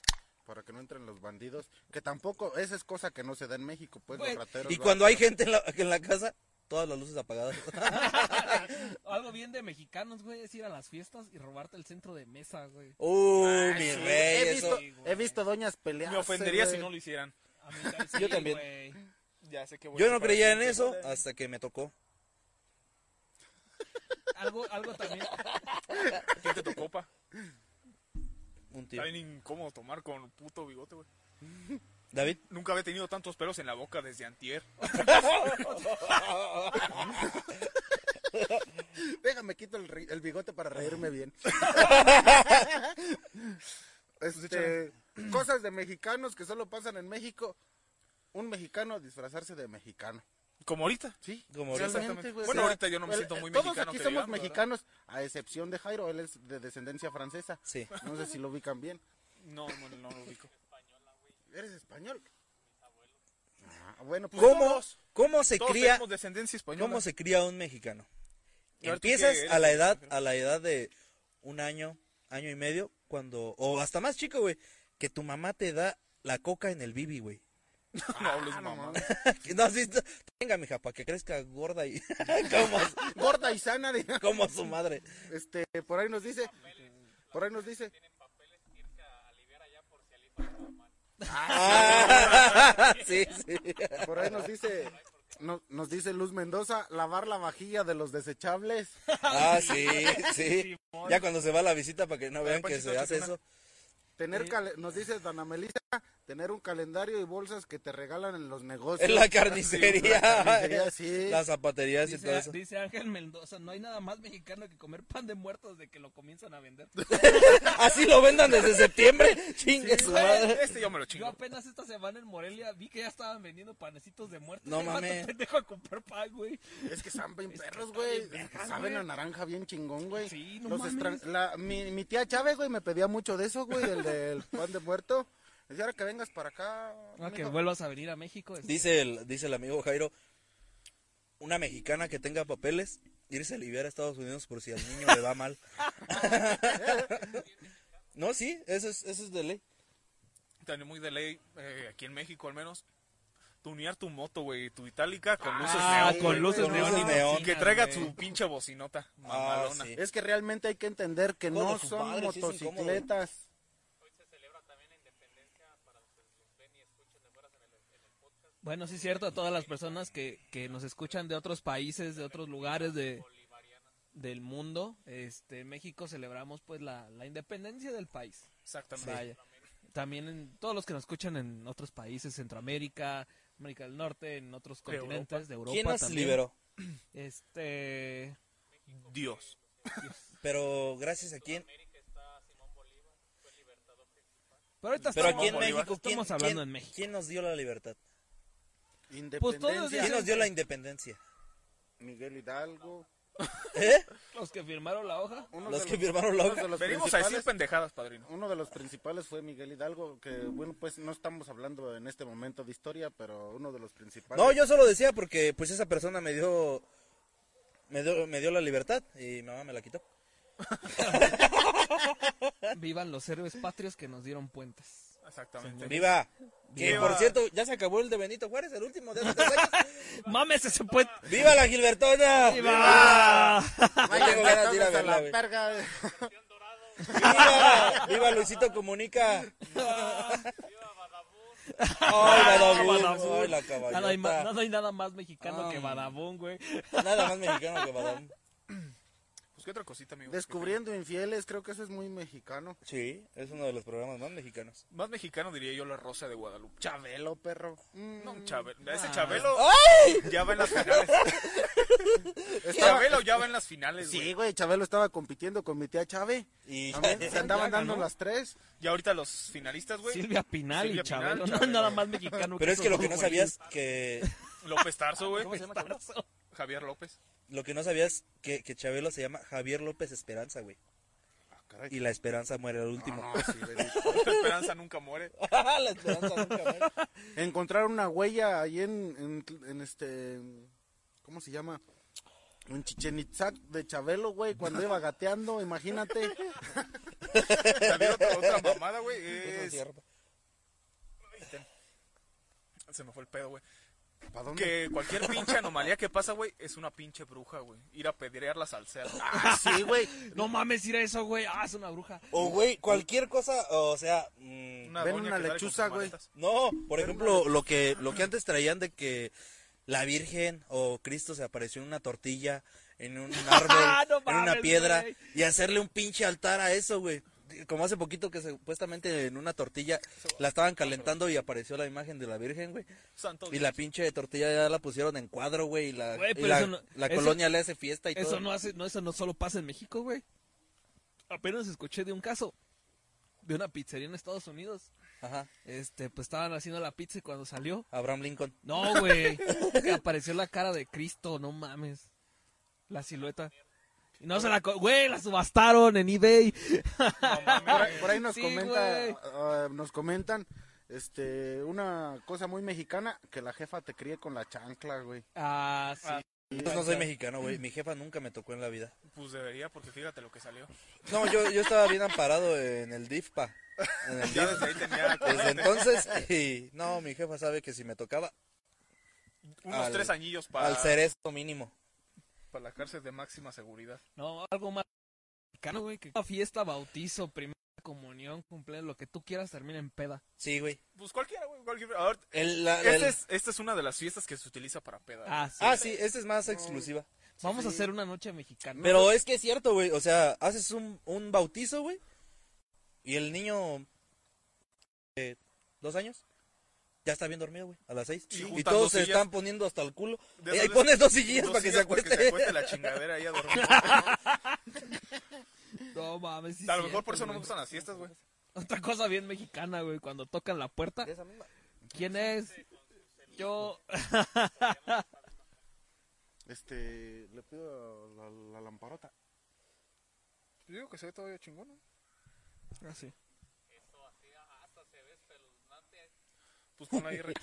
para que no entren los bandidos. Que tampoco, esa es cosa que no se da en México, pues Güey, los rateros. Y van- cuando hay gente en la, en la casa, todas las luces apagadas. Algo bien de mexicanos, güey, es ir a las fiestas y robarte el centro de mesa, güey. Uh, mi Ah, Sí, rey, he, eso. visto, he visto doñas pelear. Me ofendería si no lo hicieran. A mí tal- sí, Yo también. güey. Ya sé que voy Yo a no comprar creía en pinche eso bola. hasta que me tocó. Algo, algo también. ¿Quién te tocó, pa? Un tío. Está bien incómodo tomar con puto bigote, güey. David. Nunca había tenido tantos pelos en la boca desde antier. Déjame quito el, ri- el bigote para reírme bien. Pues Este, cosas de mexicanos que solo pasan en México. Un mexicano disfrazarse de mexicano. Como ahorita. Sí, Como ahorita. exactamente, güey. Bueno, O sea, ahorita yo no me el- siento muy todos mexicano aquí que somos digamos, ¿verdad? mexicanos, a excepción de Jairo, él es de descendencia francesa. Sí. No sé si lo ubican bien. No, no, no lo ubico. ¿Eres español? Ah, bueno, pues ¿Cómo, todos. cómo se Todos cría tenemos descendencia española. cómo se cría un mexicano? Y ahorita Empiezas que eres a la un edad a la edad de un año, año y medio cuando o hasta más chico, güey, que tu mamá te da la coca en el bibi, güey. No hables, Ah, no mamá. mames. Que no has visto? Venga, mija, para que crezca gorda y como, Gorda y sana, de- como su madre. este, por ahí nos dice, por ahí nos dice, Ah. Ah, sí, sí. por ahí nos dice, no- nos dice Luz Mendoza, lavar la vajilla de los desechables. Ah, sí, sí. Ya cuando se va la visita para que no vean que Panchito, se hace échate una. eso. Tener cale- nos dice Dana Melissa, tener un calendario y bolsas que te regalan en los negocios. En la carnicería. carnicería, sí. Las zapaterías y todo Dice, eso. dice Ángel Mendoza, no hay nada más mexicano que comer pan de muertos de que lo comienzan a vender. Así lo vendan desde septiembre. Chingue su güey. madre. Este yo me lo Yo chingo. apenas esta semana en Morelia vi que ya estaban vendiendo panecitos de muertos. No Ahí va tu mames. pendejo a comprar pan, güey. Es que están bien perros, Está güey. bien vergas, Saben a güey. naranja bien chingón, güey. Sí, no Los mames. estran- la- mi, mi tía Chávez, güey, me pedía mucho de eso, güey, el del pan de muerto. Decía, ahora que vengas para acá. Ah, que mijo". vuelvas a venir a México. este, Dice el, dice el amigo Jairo, una mexicana que tenga papeles, irse a aliviar a Estados Unidos por si al niño le va mal. no, sí, eso es, eso es de ley. También muy de ley, eh, aquí en México al menos, tunear tu moto, güey, tu itálica con luces Ah, neón. con güey. luces Con neón. luces y neón. bocinas, Que traiga güey. su pinche bocinota, Ah, mamalona. sí. Es que realmente hay que entender que Hijo no de su son madre, sí es incómodo. motocicletas. Bueno, sí es cierto, a todas las personas que, que nos escuchan de otros países, de otros lugares de, del mundo, este, en México celebramos pues la, la independencia del país. Exactamente. Vaya. También en, todos los que nos escuchan en otros países, Centroamérica, América del Norte, en otros De Europa. continentes, de Europa ¿Quién nos también. liberó? Este, Dios. Pero gracias a quién. pero ahorita Pero estamos, aquí en Bolívar. México, ¿quién, estamos hablando quién- en México. quién nos dio la libertad? todos Independencia. ¿Quién dicen- nos dio la independencia? Miguel Hidalgo. ¿Eh? Los que firmaron la hoja. Uno Los de que firmaron la uno de hoja. los Venimos a decir principales- pendejadas, padrino. Uno de los principales fue Miguel Hidalgo, que bueno, pues no estamos hablando en este momento de historia, pero uno de los principales. No, yo solo decía porque pues esa persona me dio me dio, me dio la libertad y mi mamá me la quitó. Vivan los héroes patrios que nos dieron puentes. Exactamente. ¡Viva! Que Viva. por cierto, ya se acabó el de Benito Juárez, el último de hace tres años. ¡Mames ese puente! ¡Viva la Gilbertona! ¡Viva! Yo tengo ganas de ir a Todos a verla, la güey. verga. ¡Viva! ¡Viva Luisito Comunica! ¡Ay, Badabun! Badabun. ¡Ay, la Nada hay, ma- caballota! nada hay nada más mexicano Ah. que Badabun, güey. Nada más mexicano que Badabun. Pues qué otra cosita, amigo. Descubriendo infieles, creo que eso es muy mexicano. Sí, es uno de los programas más mexicanos. Más mexicano diría yo la Rosa de Guadalupe. Chabelo. Pelo perro. Mm. No, Chabelo. Ese Chabelo ¡Ay! ya va en las finales. Estaba- Chabelo ya va en las finales, Sí, güey. güey, Chabelo estaba compitiendo con mi tía Chávez. Y También se andaban ya dando ganó. las tres. Y ahorita los finalistas, güey. Silvia Pinal Silvia y Pinal, Chabelo. No hay Chabelo. nada más mexicano Pero es esos que lo que dos no güeyes. sabías que... López Tarso, güey. Pestazo. Javier López. Lo que no sabías que, que Chabelo se llama Javier López Esperanza, güey. caray. Y la esperanza muere al último. No, sí, güey. La esperanza nunca muere. la esperanza nunca muere. Encontraron una huella ahí en, en, en este. ¿Cómo se llama? En Chichen Itzá de Chabelo, güey, cuando iba gateando, imagínate. También otra, otra mamada, güey. Eso es Es... cierto. Se me fue el pedo, güey. ¿Para dónde? Que cualquier pinche anomalía que pasa, güey, es una pinche bruja, güey. Ir a pedrear la salsera. Ah, sí, güey. No mames, ir a eso, güey. Ah, es una bruja. O, güey, cualquier cosa, o sea... mm, Una Ven doña que una sale con lechuza, sus güey. maletas. No, por ejemplo, lo que, lo que antes traían de que la Virgen o Cristo se apareció en una tortilla, en un árbol, Ah, No en una mames, piedra, güey. y hacerle un pinche altar a eso, güey. como hace poquito que supuestamente en una tortilla la estaban Ah, calentando y apareció la imagen de la Virgen, güey. Santo Y Dios. la pinche tortilla ya la pusieron en cuadro, güey. Y la, Güey, y pero la- eso no- la eso- colonia le hace fiesta y todo. Eso no hace, no, eso no solo pasa en México, güey. Apenas escuché de un caso de una pizzería en Estados Unidos. Ajá. Este, pues estaban haciendo la pizza y cuando salió. Abraham Lincoln. No, güey. que apareció la cara de Cristo, no mames. La silueta. Y no se la co- güey, la subastaron en eBay. Por ahí, por ahí nos Sí, comenta, güey. ah, nos comentan este una cosa muy mexicana que la jefa te críe con la chancla, güey. Ah, sí. Ah. Yo Pues no soy mexicano, güey. Mi jefa nunca me tocó en la vida. Pues debería, porque fíjate lo que salió. No, yo, yo estaba bien amparado en el DIFPA. En el Ya DIF. desde ahí tenía Desde entonces, y no, mi jefa sabe que si me tocaba, unos al- tres añillos al para, cerezo mínimo. para la cárcel de máxima seguridad. No, algo más mexicano, güey. Que fiesta, bautizo, primera comunión, cumpleaños, lo que tú quieras termina en peda. Sí, güey. Pues cualquiera, güey. Cualquiera. A ver, El- la- el- esta, es, esta es una de las fiestas que se utiliza para peda. Ah, sí. Ah, sí, esta es más exclusiva. Vamos a hacer una noche mexicana. Pero es que es cierto, güey. O sea, haces un, un bautizo, güey. Y el niño. eh, ¿Dos años? Ya está bien dormido, güey. A las seis. Sí, y juntan todos dos se sillas. están poniendo hasta el culo. De y ahí esas- Eh, pones dos sillas Dos para que se sillas acueste. la chingadera ahí a dormir. No mames. sí A es lo mejor por cierto, eso no me güey. gustan las fiestas, güey. Otra cosa bien mexicana, güey, cuando tocan la puerta. De esa misma. ¿Quién es? Yo. Este, le pido la, la lamparota. Yo digo que se ve todavía chingón, ¿no? Así. Pues con ahí re-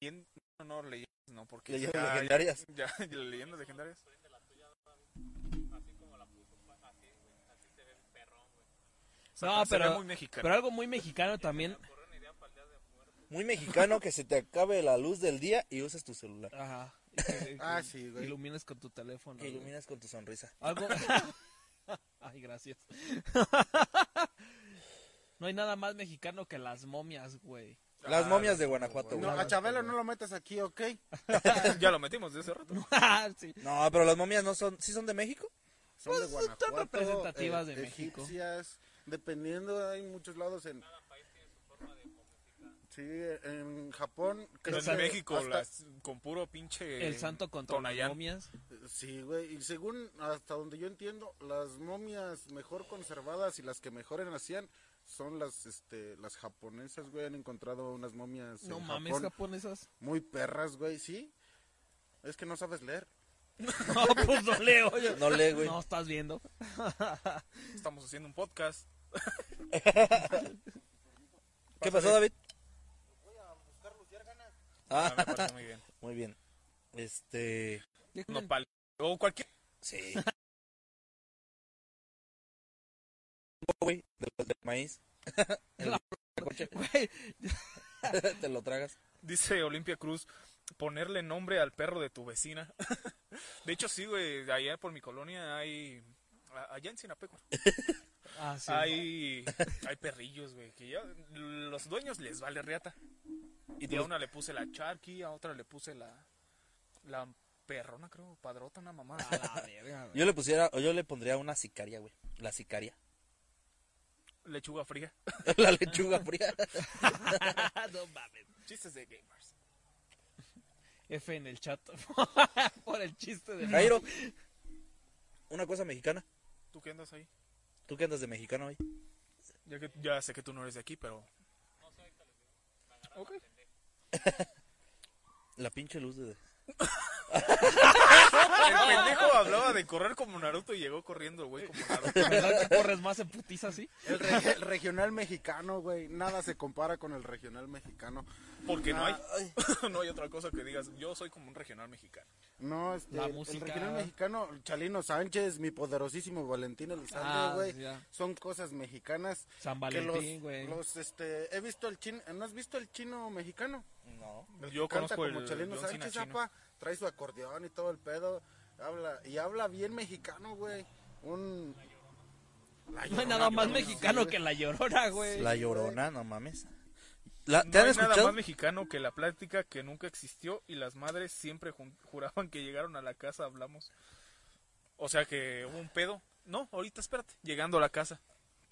Bien, no, no, leyendas, no, porque... Leyendas ya- legendarias. Ya, ya, leyendas legendarias. No, Se ve Ah, pero, muy mexicano. pero algo muy mexicano también. Muy mexicano que se te acabe la luz del día y uses tu celular. Ajá. Y que- Ah, que sí, güey. Ilumines con tu teléfono. Que güey. iluminas con tu sonrisa. Algo. Ay, gracias. no hay nada más mexicano que las momias, güey. Ah, Las momias de Guanajuato, No, güey. a Chabelo no lo metas aquí, ¿ok? ya lo metimos de hace rato. sí. No, pero las momias no son. ¿Sí son de México? Son de Pues, son tan Guanajuato, eh, representativas de México. egipcias, dependiendo, hay muchos lados en... Sí, en Japón... creo Pero que en México, hasta- las- con puro pinche... El santo contra las Tonayán. momias. Sí, güey, y según hasta donde yo entiendo, las momias mejor conservadas y las que mejor en hacían son las este las japonesas, güey, han encontrado unas momias No en mames, Japón japonesas. muy perras, güey, sí. Es que no sabes leer. No, pues no leo. yo. No le, güey. No estás viendo. Estamos haciendo un podcast. ¿Qué pasó, David? Ah, me Ah, parece muy bien. muy bien. Este. No pal- O cualquier... Sí. Güey, de los del maíz. El La- coche, Güey, te lo tragas. Dice Olimpia Cruz, ponerle nombre al perro de tu vecina. De hecho, sí, güey, allá por mi colonia hay... a- Allá en Sinapeco Ah, sí. hay, hay perrillos, güey, que ya los dueños les vale riata. Y Y tú a los- una le puse la charqui, a otra le puse la... La perrona, creo, padrota, una mamá. A la verga, güey. yo le pusiera, o yo le pondría una sicaria, güey. La sicaria. Lechuga fría. La lechuga fría. no mames. Chistes de gamers. F en el chat. Por el chiste de. Jairo, una cosa mexicana. ¿Tú qué andas ahí? Tú que andas de mexicano hoy. Ya, que, ya sé que tú no eres de aquí, pero... Ok. La pinche luz de. El pendejo hablaba de correr como Naruto y llegó corriendo, güey, como Naruto. ¿Verdad que corres más en putiza así? El, re- el regional mexicano, güey, nada se compara con el regional mexicano. Porque no hay, no hay otra cosa que digas, yo soy como un regional mexicano. No, este, La el- el música. regional mexicano, Chalino Sánchez, mi poderosísimo Valentín Ah, Elizalde, güey, sí, ya. son cosas mexicanas. San que los- Valentín, güey. Los, este, he visto el chino, ¿no has visto el chino mexicano? No. Yo Canta conozco como el Chalino John Cena Sánchez, chino. apa, trae su acordeón y todo el pedo, habla, y habla bien mexicano, güey, un... La No hay Llorona, nada más cabrón, mexicano sí, que la llorona, güey. La llorona, no mames. La- ¿Te No han hay nada escuchado? más mexicano que la plática que nunca existió y las madres siempre jun- juraban que llegaron a la casa, hablamos. O sea que hubo un pedo. No, ahorita espérate, llegando a la casa.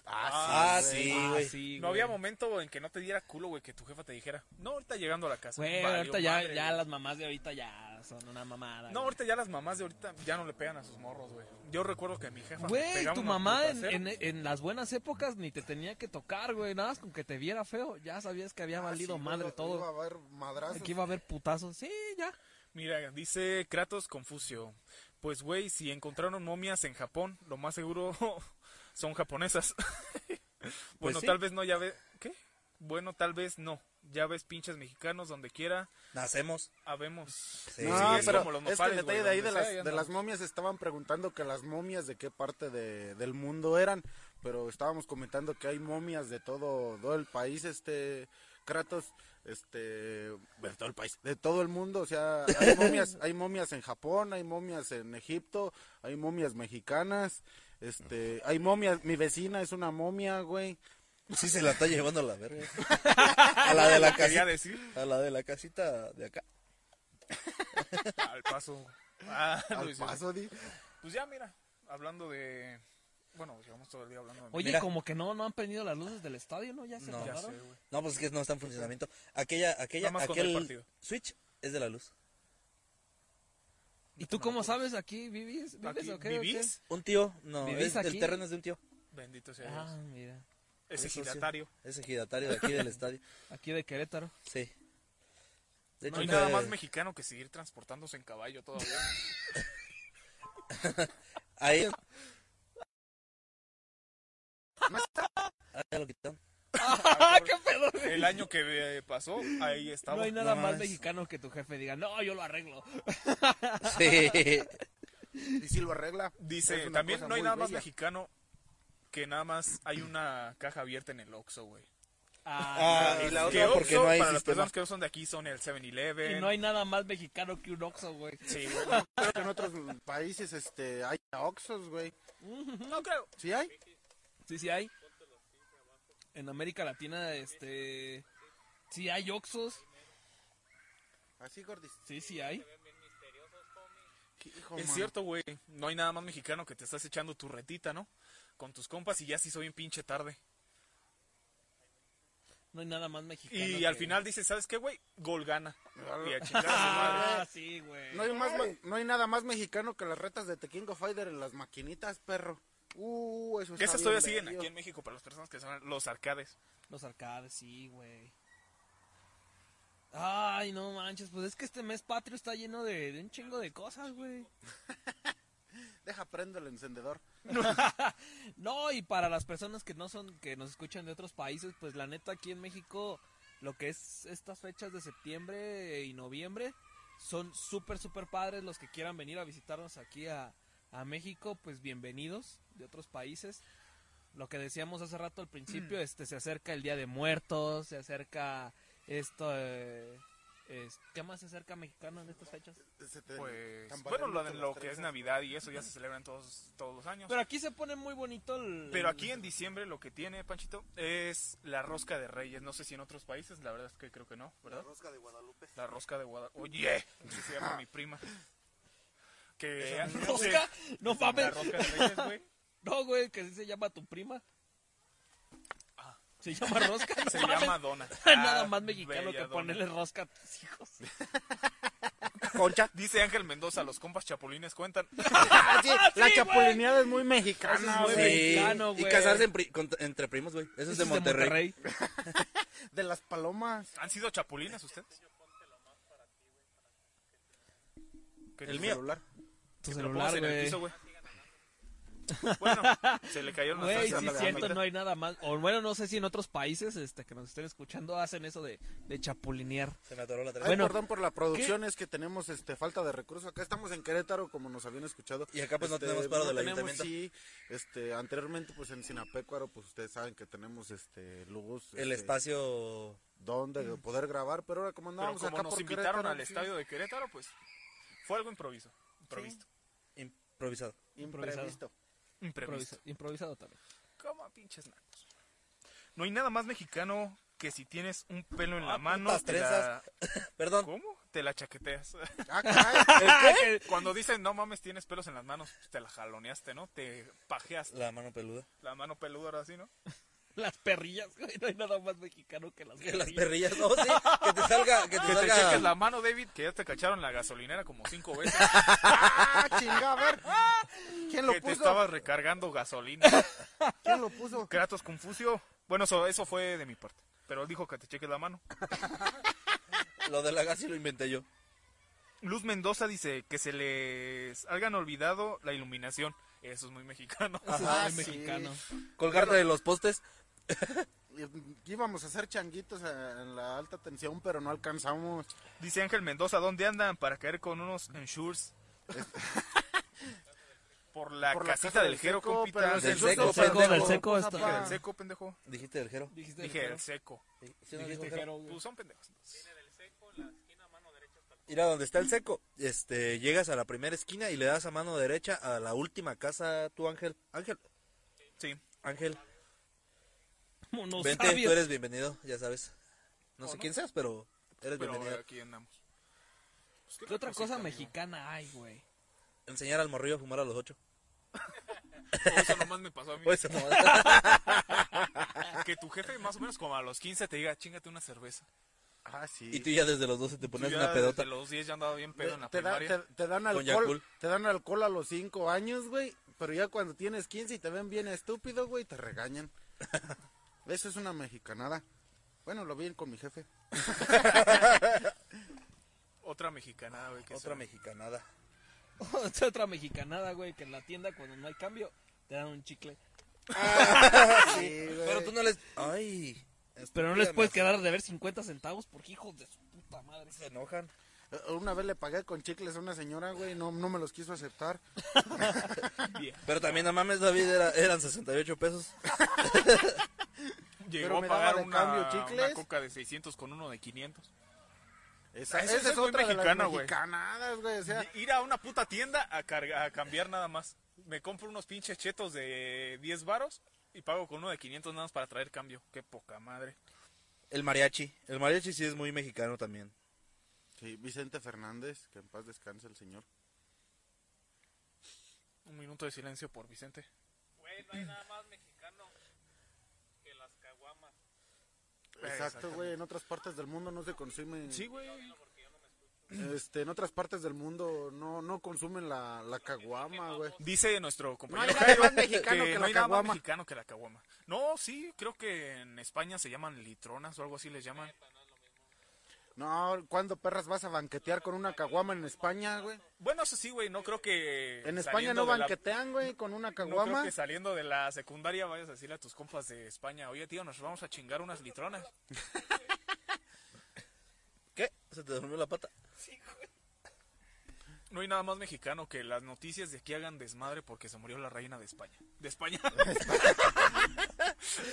Ah, sí, Ah, güey. sí, no güey. había momento en que no te diera culo, güey, que tu jefa te dijera, no, ahorita llegando a la casa. Güey, Valió ahorita ya, madre, ya güey. las mamás de ahorita ya son una mamada. No, güey. ahorita ya las mamás de ahorita ya no le pegan a sus morros, güey. Yo recuerdo que mi jefa... me Güey, pegaba tu una mamá en, putacera. en- en las buenas épocas ni te tenía que tocar, güey. Nada más con que te viera feo, ya sabías que había Ah, Ah, valido madre Iba a todo. haber madrazos. Aquí iba a haber putazos. Sí, ya. Mira, dice Kratos Confucio. Pues, güey, si encontraron momias en Japón, lo más seguro son japonesas. Pues bueno, sí. tal vez no, ya ves... ¿Qué? Bueno, tal vez no. Ya ves pinches mexicanos donde quiera, Nacemos. habemos. Sí. no, Sí, es pero Este, como los es que el nopales, detalle güey, de ahí de donde las, sea, ya de no. las momias estaban preguntando que las momias de qué parte de- del mundo eran, pero estábamos comentando que hay momias de todo, todo el país, este Kratos, este de todo el país, de todo el mundo, o sea, hay momias, hay momias en Japón, hay momias en Egipto, hay momias mexicanas, este, hay momias, mi vecina es una momia, güey. Sí se la está llevando a la verga. A la de la Quería casita. decir, A la de la casita de acá. al paso. Ah, lo Al hicieron. paso, di. Pues ya, mira, hablando de... Bueno, llevamos todo el día hablando de... Oye, Mira. como que no, no han prendido las luces del estadio, ¿no? Ya se No. Ya sé, tardaron. güey. No, pues es que no está en funcionamiento. Aquella, aquella, Nada más cuando hay aquel partido. switch es de la luz. ¿Y tú cómo sabes aquí? ¿Vives, vives Aquí, o qué? o qué? ¿Vivís? Un tío, no, ¿Vivís es, el aquí? terreno es de un tío. Bendito sea Ah, Dios. mira. Es pues, Es socio. ejidatario. Es ejidatario de aquí del estadio. Aquí de Querétaro. Sí. De No hay me- nada más mexicano que seguir transportándose en caballo todavía. Ahí. Ah, ya lo quitaron. Ah, ¡Qué pedo! El año que eh, pasó, ahí estaba. No hay nada no más mames. mexicano que tu jefe diga, no, yo lo arreglo. Sí. Y si lo arregla. es Dice, una también cosa no hay muy nada más bella. mexicano que nada más hay una caja abierta en el Oxxo, güey. Ah, Ah, y la Que otra porque Oxxo, no hay para las sistema. personas que no son de aquí, son el 7-Eleven. y no hay nada más mexicano que un Oxxo, güey. Sí, güey. Creo que en otros países este hay oxos, güey. No creo. ¿Sí hay? Sí, sí hay. En América Latina, este... Sí hay Oxxos. Así gordis. Sí, sí hay. Qué hijo, es Oh, mano. cierto, güey. No hay nada más mexicano que te estás echando tu retita, ¿no? Con tus compas y ya sí soy un pinche tarde. No hay nada más mexicano. Y que- al final dices, ¿sabes qué, güey? Gol gana. Y a chingar a su madre. Ah, sí, güey. pues, No hay, más, ma- no hay nada más mexicano que las retas de The King of Fighter en las maquinitas, perro. Uh, eso está Esas bien todavía siguen bello. aquí en México para las personas que son los arcades. Los arcades, sí, güey. Ay, no manches, pues es que este mes patrio está lleno de, de un chingo de cosas, güey. Deja, prendo el encendedor. No, y para las personas que no son, que nos escuchan de otros países, pues la neta aquí en México, lo que es estas fechas de septiembre y noviembre, son súper, súper padres los que quieran venir a visitarnos aquí a, a México, pues bienvenidos de otros países. Lo que decíamos hace rato al principio, este, se acerca el Día de Muertos, se acerca esto, eh, es- ¿qué más se acerca mexicano en estas fechas? Se te- Pues, tan bueno, lo, de barato lo las que es trenzas. Navidad y eso ya se celebran todos, todos los años. Pero aquí se pone muy bonito el... Pero aquí en diciembre lo que tiene, Panchito, es la rosca de Reyes. No sé si en otros países, la verdad es que creo que no, ¿verdad? rosca de Guadalupe. La rosca de Guadalupe. Oye, así se llama mi prima. Que ¿Rosca? No La mames. rosca de Reyes, güey. No, güey, que sí se llama tu prima. Se llama rosca. no Se mames. llama Dona. Nada Ah, más mexicano bella que Dona. ponerle rosca a tus hijos. Concha. Dice Ángel Mendoza, los compas chapulines cuentan. Ah, sí, la sí, chapulineada es muy mexicana, Eso es güey. muy mexicano, y güey. casarse en pri- con- entre primos, güey. Eso es de Monterrey. De las palomas. ¿Han sido chapulines ustedes? ¿Qué El dice? mío. Celular. Tu Lo pongas celular, en el güey. piso, güey. Bueno, se le cayeron Güey, las sí Ándale, siento, ándale. no hay nada más. O bueno, no sé si en otros países este, que nos estén escuchando hacen eso de, de chapulinear. Se me atoró la Ay, tarjeta. Bueno, perdón por la producción, es que tenemos este falta de recursos. Acá estamos en Querétaro, como nos habían escuchado. Y acá, pues, no Este, tenemos paro del tenemos, ayuntamiento. Sí, este, anteriormente, pues en Sinapecuaro, pues ustedes saben que tenemos este luz. El este, espacio. donde poder grabar, pero ahora como Pero andábamos como acá nos por invitaron Querétaro, al sí, estadio de Querétaro, pues fue algo improviso. Improvisto. Improvisado. Imprevisto. imprevisto. Improvisa- improvisado también. ¿Cómo pinches nacos? No hay nada más mexicano que si tienes un pelo en la Ah, mano. putas te la- trenzas. Perdón. ¿Cómo? te la chaqueteas. Ah, caray. Cuando dicen, no mames, tienes pelos en las manos, pues, te la jaloneaste, ¿no? Te pajeaste La mano peluda. la mano peluda ahora sí, ¿no? Las perrillas, güey. No hay nada más mexicano que las Que las perrillas. perrillas, no, sí. Que te salga, que te Que te salga. cheques la mano, David, que ya te cacharon la gasolinera como cinco veces. Ah, chinga, a ver. ¿Quién lo que te puso? estabas recargando gasolina. ¿Quién lo puso? Kratos Confucio. Bueno, eso, eso fue de mi parte. Pero él dijo que te cheques la mano. Lo de la gas y lo inventé yo. Luz Mendoza dice que se les hayan olvidado la iluminación. Eso es muy mexicano. Ah, Ay, mexicano. Colgarte de los postes. Y- mm, Íbamos a hacer changuitos a- en la alta tensión, pero no alcanzamos. Dice Ángel Mendoza, ¿dónde andan para caer con unos ensures? Por la Por la casita casa del del jero, seco, compita. pero el Del seco, El seco, pendejo. del seco Cosa Dije está. del seco, pendejo. Dijiste del jero. Dijiste Dije el del seco. seco. ¿Sí no dijo Dijiste jero? jero, güey. Pues son pendejos. entonces. Mira, donde está el seco, este, llegas a la primera esquina y le das a mano derecha a la última casa, tú Ángel. Ángel, Sí. Ángel, Mono vente, sabio. tú eres bienvenido, ya sabes. No sé quién seas, pero eres Pero eh, bienvenido. aquí andamos. Pues, ¿Qué otra cosa cosita, amigo? mexicana hay, güey? Enseñar al morrillo a fumar a los ocho. Todo Eso nomás me pasó a mí. Pues, no. Que tu jefe más o menos como a los 15 te diga, chingate una cerveza. Ah, sí. y tú ya desde los 12 te Tú pones ya una pedota. desde los 10 ya andaba bien pedo en la te, da- primaria. te- te dan Yakul. alcohol, te dan alcohol a los 5 años, güey, pero ya cuando tienes 15 y te ven bien estúpido, güey, te regañan. Eso es una mexicanada. Bueno, lo vi con mi jefe. Otra mexicana, güey. que Otra se- mexicanada. Es otra mexicanada, güey, que en la tienda cuando no hay cambio te dan un chicle. Sí, güey. Pero tú no les... Ay. Pero no les estúpida, puedes me quedar de ver 50 centavos porque hijos de su puta madre. hace- Se enojan. Eh, Una vez le pagué con chicles a una señora, güey, no, no me los quiso aceptar. Pero también, no mames, David, era- eran 68 pesos. Llegó Pero a me pagar daba de una, cambio chicles. una coca de 600 con uno de 500. Esa- Esa, esa esa es Ah, es muy otra mexicana, de las güey. mexicanadas, güey. O sea, Y- Ir a una puta tienda a, carga- a cambiar nada más. Me compro unos pinches chetos de 10 varos y pago con uno de 500 nada más para traer cambio. Qué poca madre. El mariachi. El mariachi sí es muy mexicano también. sí, Vicente Fernández, que en paz descanse el señor. Un minuto de silencio por Vicente. Exacto, güey, en otras partes del mundo no se consume. Eh, Sí, güey. Este, en otras partes del mundo no, no consumen la, la caguama, güey. Dice nuestro No hay compañero. nada más que mexicano que, no la hay nada más caguama. mexicano que la caguama. No, sí, creo que en España se llaman litronas o algo así les llaman. No, ¿cuándo perras vas a banquetear con una caguama en España, güey? Bueno, eso sí, güey, no creo que... En España saliendo no de la- banquetean, güey, con una No creo caguama. que saliendo de la secundaria vayas a decirle a tus compas de España, oye tío, nos vamos a chingar unas litronas. ¿Qué? ¿Se te durmió la pata? No hay nada más mexicano que las noticias de aquí hagan desmadre porque se murió la reina de España. De España.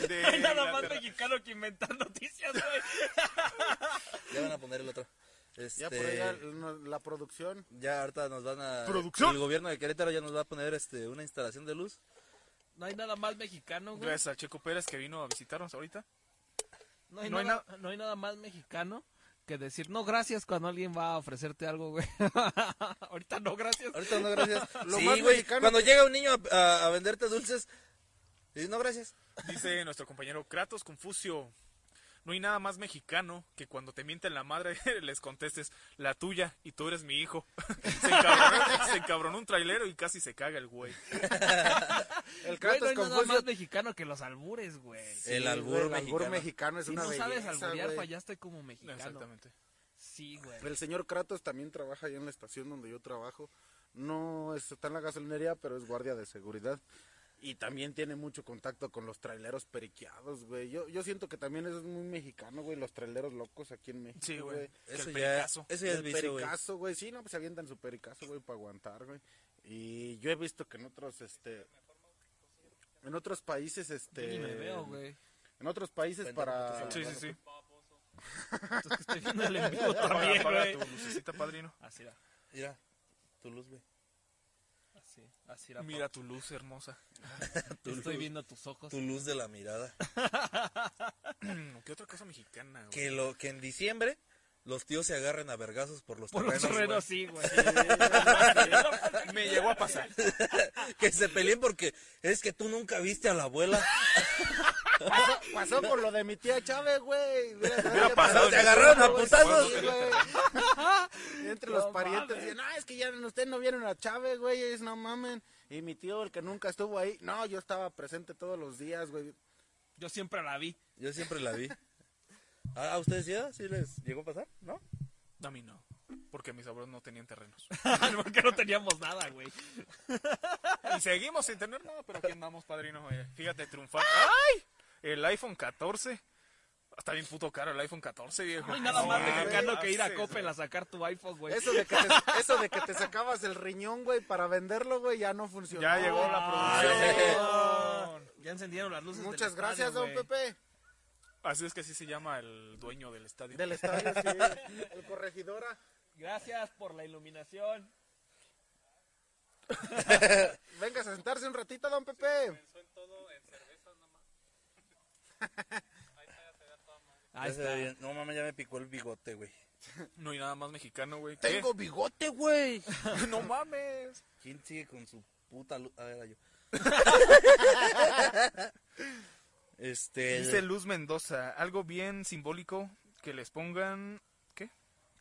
De Hay nada más Inglaterra. mexicano que inventar noticias, güey. Ya van a poner el otro. Este, Ya por allá la, la producción. ya ahorita nos van a... ¿Producción? El gobierno de Querétaro ya nos va a poner este, una instalación de luz. No hay nada más mexicano, güey. Gracias a Checo Pérez que vino a visitarnos ahorita. No hay, No hay nada, no hay nada más mexicano que decir no gracias cuando alguien va a ofrecerte algo, güey. Ahorita no gracias. Ahorita no, gracias. Lo sí, más güey, mexicano cuando llega un niño a, a- a venderte dulces, y no, gracias. Dice nuestro compañero Kratos Confucio. No hay nada más mexicano que cuando te mienten la madre les contestes la tuya y tú eres mi hijo. Se encabronó, se encabronó un trailero y casi se caga el güey. El Güey, Kratos no hay nada Confucio- más mexicano que los albures, güey. Sí, El albur güey, mexicano. mexicano es si una no sabes belleza, alburear, güey. fallaste como mexicano. Exactamente. Sí, güey. El señor Kratos también trabaja allá en la estación donde yo trabajo. No es- está en la gasolinería, pero es guardia de seguridad. Y también tiene mucho contacto con los traileros periqueados, güey. Yo, yo siento que también eso es muy mexicano, güey, los traileros locos aquí en México, Sí, güey. güey. Que el Eso ya, pericazo. eso ya es el vicio, güey. pericazo, güey. Sí, no, pues se avientan su pericazo, güey, para aguantar, güey. Y yo he visto que en otros, este... En otros países, Yo este... ni me veo, güey. En otros países Ah, para... pues, Sí, sí, sí. pues, Entonces que estoy viendo el en vivo Apaga, también, apaga güey. tu lucecita, padrino. Así era, Mira, tu luz, güey. así, así era. Mira tu luz hermosa. papá. Te estoy viendo tus ojos. Tu luz de la mirada. ¿Qué otra cosa mexicana, güey? Que, lo, que en diciembre los tíos se agarren a vergazos por los Por los terrenos, güey. terrenos, sí, güey. Me llegó a pasar. que se peleen porque es que tú nunca viste a la abuela. Pasó por lo de mi tía Chávez, güey. Hubiera pasado Se en- agarraron a putazos. Sí, güey. Y Entre los No parientes mames. dicen, ah, es que ya no- ustedes no vieron a Chávez, güey, ellos no mamen. Y mi tío, el que nunca estuvo ahí, no, yo estaba presente todos los días, güey. Yo siempre la vi. Yo siempre la vi. ¿A a ustedes ya? ¿Sí les llegó a pasar? ¿No? A mí no. Porque mis abuelos no tenían terrenos. Porque no teníamos nada, güey. Y seguimos sin tener nada, pero aquí andamos, padrino. eh. Fíjate, triunfar. ¡Ay! El iPhone 14. Está bien puto caro el iPhone 14, viejo. Ah, No hay nada Sí, más de güey, cagando que ir a haces, Coppel a sacar tu iPhone, güey. Eso de, que te, eso de que te sacabas el riñón, güey, para venderlo, güey, ya no funcionó. Ya llegó Ah, la producción. Ya encendieron las luces. del Pues Muchas estadio, gracias, don güey. Pepe. Así es que así se llama el dueño del estadio. Del estadio, sí. El corregidora. Gracias por la iluminación. Venga a sentarse un ratito, don Pepe. Ahí Ya se ve está. bien. No mames, ya me picó el bigote, güey. No hay nada más mexicano, güey. ¿Qué? Tengo bigote, güey. no mames. ¿Quién sigue con su puta luz? A ver, era yo. este. Dice Luz Mendoza, algo bien simbólico que les pongan, ¿qué?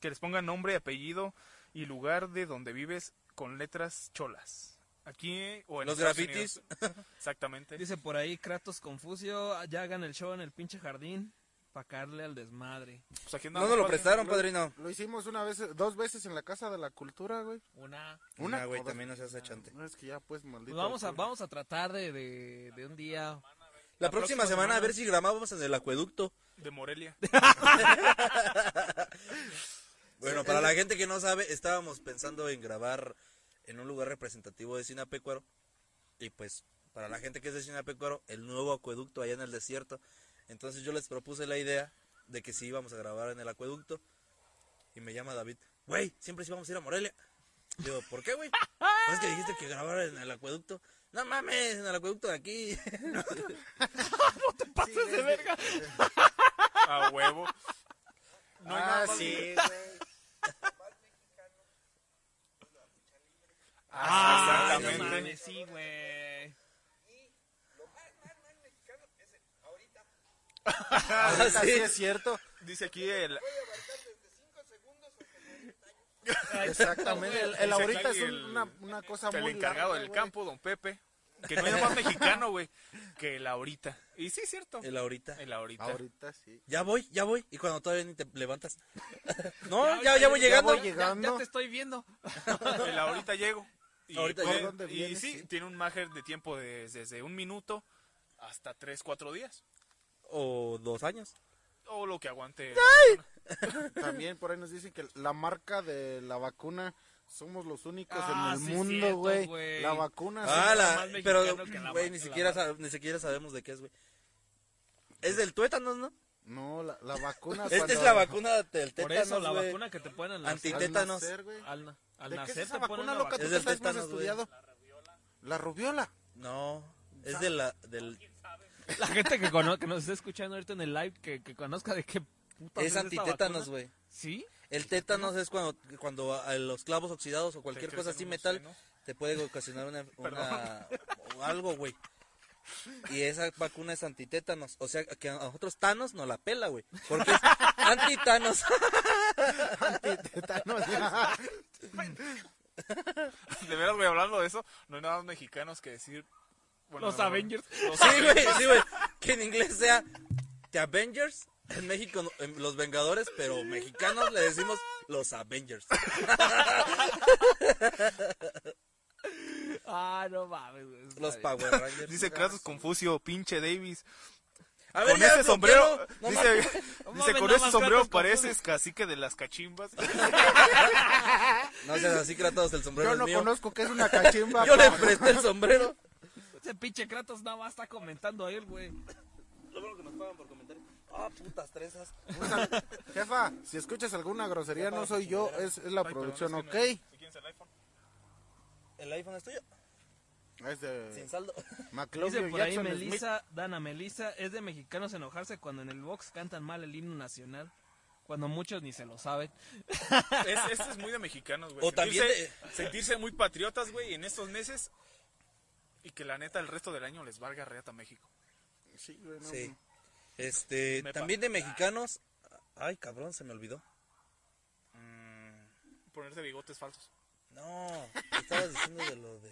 Que les pongan nombre, apellido y lugar de donde vives con letras cholas. Aquí o en Los Estados grafitis. Unidos. Exactamente. Dice por ahí Kratos Confucio, ya hagan el show en el pinche jardín para caerle al desmadre. Pues aquí No andamos, nos lo padre. prestaron, padrino. Lo hicimos una vez, dos veces en la Casa de la Cultura, güey. Una. Una, Una, güey, o dos. también no seas achante. No es que ya, pues, maldito. Pues vamos a alcohol. vamos a tratar de, de, de un día. La, próxima, semana, a ver si grabamos en el acueducto. De Morelia. Bueno, para la gente que no sabe, estábamos pensando en grabar en un lugar representativo de Sinapecuaro. Y pues, para la gente que es de Sinapecuaro, el nuevo acueducto allá en el desierto. Entonces yo les propuse la idea de que sí íbamos a grabar en el acueducto. Y me llama David, güey, siempre sí vamos a ir a Morelia. Digo, ¿por qué, güey? Pues es que dijiste que grabar en el acueducto. No mames, en el acueducto de aquí. ¡Pases de verga! A huevo. No hay Ah, nada más- sí, güey. Ah, Ay, no exactamente. mames, sí, güey. Ah, sí es cierto. Dice aquí el... Exactamente. El, el Dice ahorita aquí es un- el- una, una cosa el muy encargado larga, del güey. campo, don Pepe. Que no hay nada más mexicano, güey, que el ahorita. Y sí, es cierto. El ahorita. El ahorita. Ahorita sí. Ya voy, ya voy. Y cuando todavía ni te levantas. no, Ya, ya, ya voy ya llegando. voy llegando. Ya, ya te estoy viendo. El ahorita llego. Y, Ahorita puede- llego. ¿Dónde y vienes? sí, tiene un margen de tiempo de- desde un minuto hasta tres, cuatro días. O dos años. O lo que aguante. También por ahí nos dicen que la marca de la vacuna somos los únicos Ah, en el sí, mundo, cierto, güey. güey. La vacuna. Ah, sí. la- la, más mexicano pero, que la güey, mar- ni la siquiera, mar- sab- ni siquiera sabemos de qué es, güey. Es del tuétanos, ¿no? No, la, la vacuna. Esta Ah, cuando- es la vacuna del Por tétanos, eso, la güey. vacuna que te ponen al Anti- nacer. al tétanos. nacer, güey. Al, al ¿De qué nacer es te esa ponen vacuna, la loca? ¿Tú vacuna. Es que del estás más tétanos, güey. estudiado? La rubiola. No, es de la, del... La gente que, cono- que nos está escuchando ahorita en el live, que, que conozca de qué puta Es antitétanos, güey. ¿Sí? El tétanos es cuando, cuando a- a los clavos oxidados o cualquier Te cosa crecen así unos metal senos. te puede ocasionar una, una- o algo, güey. Y esa vacuna es antitétanos. O sea, que a nosotros Thanos nos la pela, güey. Porque es antitanos. Tétanos. De veras, güey, hablando de eso, no hay nada más mexicanos que decir. bueno, Los no, no, Avengers. Los Sí, Avengers. güey, sí, güey. Que en inglés sea The Avengers. En México, no- en los Vengadores, pero mexicanos le decimos los Avengers. Ah, no mames, güey. eso Los está bien. Power Rangers. Dice Kratos Confucio, pinche Davis. A Con ya, ese sombrero. bloquealo. No dice, mames. No dice mames, con nada ese sombrero más Kratos Confucio. pareces cacique de las cachimbas. No seas así, Kratos, el sombrero Yo es no mío. conozco qué es una cachimba. Yo le pa. presté el sombrero. Ese pinche Kratos nada más está comentando a él, güey. Lo bueno que nos pagan por comentar. Ah, putas trenzas. Jefa, si escuchas alguna grosería, no soy yo, es, es la Ay, producción, perdón, ¿ok? es que me- si quieres el iPhone. ¿El iPhone es tuyo? Es Sin de saldo. McLovio Dice por ahí Jackson Smith. Melissa, Dana Melissa, es de mexicanos enojarse cuando en el box cantan mal el himno nacional. Cuando muchos ni se lo saben. Es, esto es muy de mexicanos, güey. O también Sentirse- sentirse muy patriotas, güey, en estos meses. Y que la neta el resto del año les valga reata México. Sí, güey, no, Sí. Este, Me pa- también de mexicanos. Ay, cabrón, se me olvidó. Mm, Ponerse bigotes falsos. no, estabas diciendo de lo de.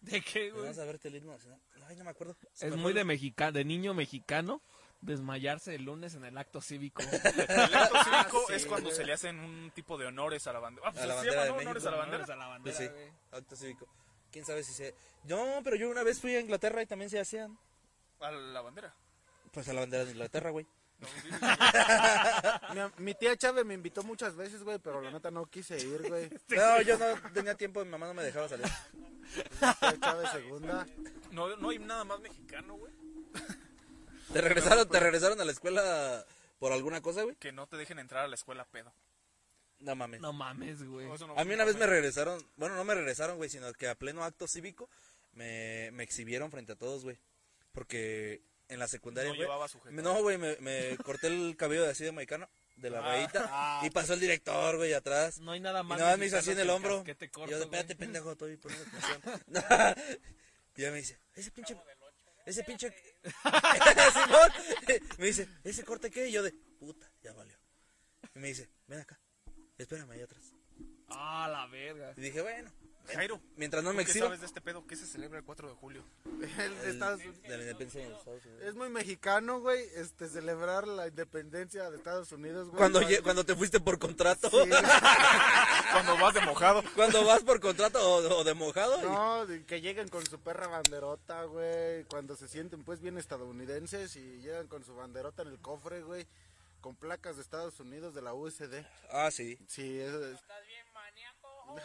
¿De qué, de güey? Vamos a verte el himno nacional. Ay, no me acuerdo. Se Es me muy fue de el- mexica- de niño mexicano desmayarse el lunes en el acto cívico. El acto cívico sí, es cuando güey. se le hacen un tipo de honores a la bandera. Ah, pues A la se bandera llama, de ¿no? México, honores a la ¿no? bandera. a la bandera, Pues sí, güey. acto cívico. Quién sabe si se. No, pero yo una vez fui a Inglaterra y también se hacían. A la bandera. Pues a la bandera de Inglaterra, güey. No, sí, sí. Mi, mi tía Chávez me invitó muchas veces, güey, pero la neta no quise ir, güey. No, yo no tenía tiempo, mi mamá no me dejaba salir. Tía Chávez segunda. No- no hay nada más mexicano, güey. ¿Te regresaron, ¿Te regresaron a la escuela por alguna cosa, güey? Que no te dejen entrar a la escuela pedo. No mames. No ¿eh? mames, güey. Eso no- A mí una vez me no regresaron, bueno, no me regresaron, güey, sino que a pleno acto cívico me, me exhibieron frente a todos, güey. Porque en la secundaria, No güey, llevaba sujetador. No, güey, me, me corté el cabello de así de mexicano, de la Ah. rayita, y pasó el director, güey, atrás. pues. No hay nada y más. nada más me hizo así en el mexicano que hombro. casquete corto, y yo, de, güey. espérate, pendejo, estoy poniendo atención. No. y ya me dice, ese pinche... Ese pinche... Simón, me dice, ¿ese corte qué? Y yo de, puta, ya valió. Y me dice, ven acá, espérame ahí atrás. Ah, la verga. Y dije, bueno, Jairo, mientras no ¿tú me qué exhiba. sabes de este pedo? ¿Qué se celebra el 4 de julio? Él El- está- de la independencia de los Estados Unidos. es muy mexicano, güey, este, celebrar la independencia de Estados Unidos, güey. Cuando, No, lle- cuando te fuiste por contrato, sí, güey. Cuando vas de mojado. cuando vas por contrato o, o de mojado, y- No, de que llegan con su perra banderota, güey. Cuando se sienten, pues, bien estadounidenses y llegan con su banderota en el cofre, güey. Con placas de Estados Unidos de la USD. ah, sí. Sí, eso es.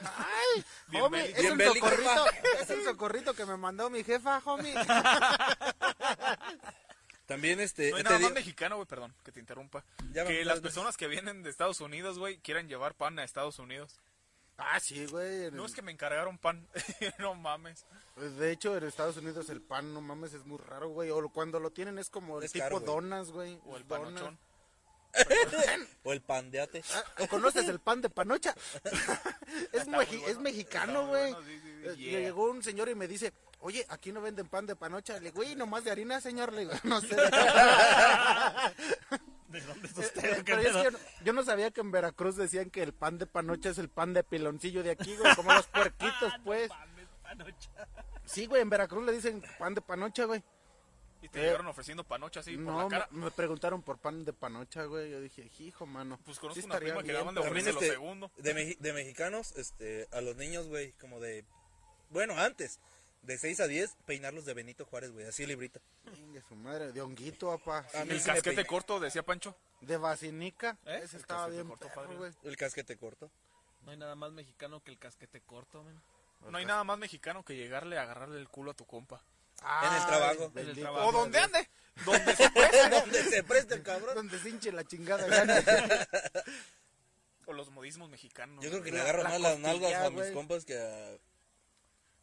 Ay, Bien homie, bélico. es Bien el bélico, socorrito, jefa. es el socorrito que me mandó mi jefa, homie. También este. No te hay nada digo- más mexicano, güey, perdón, que te interrumpa. Ya que las vamos, dale. personas que vienen de Estados Unidos, güey, quieran llevar pan a Estados Unidos. Ah, sí, güey. en- No es que me encargaron pan. no mames. pues, de hecho, en Estados Unidos el pan, no mames, es muy raro, güey. O lo- cuando lo tienen es como el Es tipo caro, güey. donas, güey. O el Donas. panochón. o el pandeate. Ah, ¿o ¿Conoces el pan de panocha? es, Está meji- muy es bueno, está mexicano, muy güey. bueno, sí, sí, sí. Eh, Yeah. Llegó un señor y me dice, oye, aquí no venden pan de panocha. Le digo, güey, nomás de harina, señor. Le digo, no sé. ¿De dónde es Eh, usted? pero es que yo, no, yo no sabía que en Veracruz decían que el pan de panocha es el pan de piloncillo de aquí, güey, como los puerquitos, pues. Sí, güey, en Veracruz le dicen pan de panocha, güey. Y te Eh, llegaron ofreciendo panocha así por No, la me, cara. me preguntaron por pan de panocha, güey. Yo dije, hijo, mano. Pues conozco sí una estaría prima que bien". daban de También ofrecer lo este, segundo. de, meji- de mexicanos, este, a los niños, güey, como de. Bueno, antes, de 6 a 10, peinarlos de Benito Juárez, güey, así librita. Chingue su madre, de honguito, papá. A mí El sí me casquete peiné. corto, decía Pancho. De vacinica. ¿Eh? Ese estaba se te bien cortó, perro, padre. güey. El casquete corto. No hay nada más mexicano que el casquete corto, men. No hay nada más mexicano que llegarle a agarrarle el culo a tu compa. En el trabajo. bendito En el sea trabajo. O Dios. donde ande. Donde se- ¿Dónde se presta el cabrón? Donde se hinche la chingada. gana. O los modismos mexicanos. Yo creo que güey. le agarro La más las nalgas costilla, a mis güey. compas que a,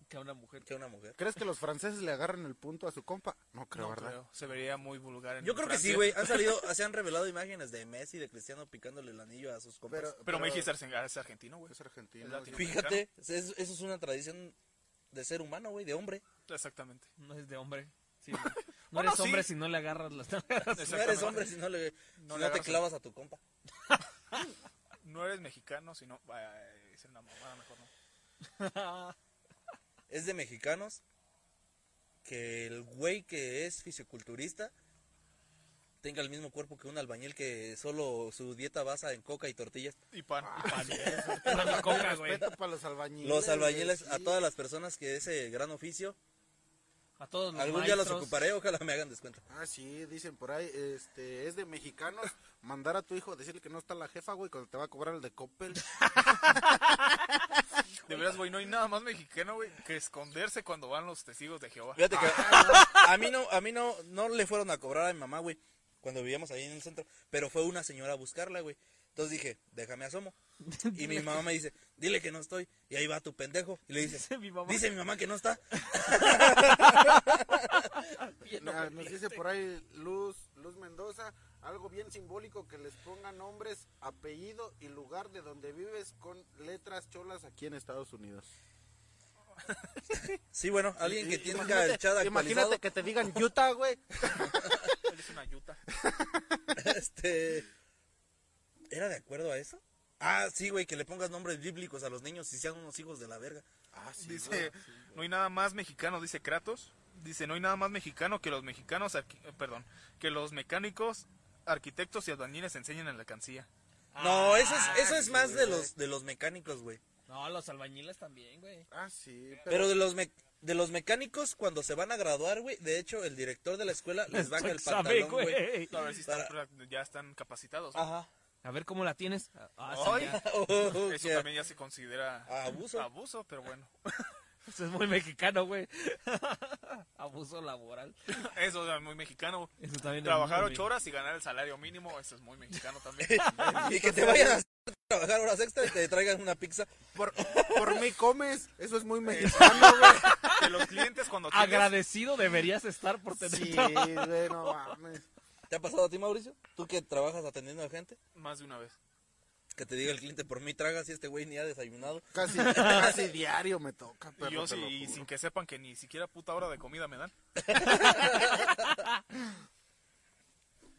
Que a una mujer. que a una mujer. ¿Crees que los franceses le agarran el punto a su compa? No creo, No ¿verdad? creo, Se vería muy vulgar en Yo creo que Francia. sí, güey. Han salido, se han revelado imágenes de Messi, de Cristiano picándole el anillo a sus compas. Pero, Pero México es arce- es argentino, güey. es argentino. Es latino. Fíjate, es- eso es una tradición de ser humano, güey, de hombre. Exactamente. No es de hombre. Sí, güey. no Bueno, eres hombre sí. si no le agarras las nalgas. No eres hombre si no, le, si No no le te agarras clavas a tu compa. No eres mexicano, sino. ay, Es una mamada, mejor no. Es de mexicanos que el güey que es fisiculturista tenga el mismo cuerpo que un albañil que solo su dieta basa en coca y tortillas. Y pan. y pan. Una coca, güey. Respeto para los albañiles. Los albañiles, güey, a sí. todas las personas que ese gran oficio, A todos los algún día los maestros. ocuparé, ojalá me hagan descuento. Ah, sí, dicen por ahí, este, es de mexicanos, mandar a tu hijo a decirle que no está la jefa, güey, cuando te va a cobrar el de Coppel. De veras, güey, no hay nada más mexicano, güey, que esconderse cuando van los testigos de Jehová. Fíjate que a mí no, a mí no, no le fueron a cobrar a mi mamá, güey, cuando vivíamos ahí en el centro, pero fue una señora a buscarla, güey. Entonces dije, déjame asomo. Y mi mamá me dice, dile que no estoy. Y ahí va tu pendejo. Y le dices, Dice mi mamá. dice mi mamá que no está. Ah, nos dice por ahí Luz, Luz Mendoza, importa algo bien simbólico que les pongan nombres, apellido y lugar de donde vives con letras cholas aquí en Estados Unidos. Sí, bueno, alguien que Y- tiene imagínate- el chat actualizado. Imagínate que te digan Utah, güey. Eres una yuta. Este. ¿Era de acuerdo a eso? Ah, sí, güey, que le pongas nombres bíblicos a los niños y sean unos hijos de la verga. Ah, dice, no hay nada más mexicano, dice Kratos. Dice, no hay nada más mexicano que los mexicanos, arqui- eh, perdón, que los mecánicos, arquitectos y albañiles enseñen en la alcancía. No, eso es, eso es más de los, de los mecánicos, güey. No, los albañiles también, güey. Ah, sí. Pero de los, me- de los mecánicos, cuando se van a graduar, güey, de hecho, el director de la escuela les baja el pantalón, güey. A ver si están, Para- Ah, pra- ya están capacitados. ¿no? Ajá. A ver cómo la tienes. Ah, sí, Ay. ya. Oh, oh, Eso que- también ya se considera Abuso. abuso, pero bueno. Eso Pues es muy mexicano, güey. Abuso laboral. Eso es muy mexicano. Eso también es Trabajar muy ocho horas y ganar el salario mínimo, eso es muy mexicano también. y que te vayan a hacer trabajar horas extra y te traigan una pizza. Por, por mí comes. Eso es muy mexicano, güey. Que los clientes cuando tienes- Agradecido deberías estar por tener Sí, trabajo. güey, no mames. ¿Te ha pasado a ti, Mauricio? ¿Tú que trabajas atendiendo a gente? más de una vez. Que te diga el cliente, por mí tragas y este güey ni ha desayunado. Casi, casi diario me toca, Y pero yo sí, y sin que sepan que ni siquiera puta hora de comida me dan.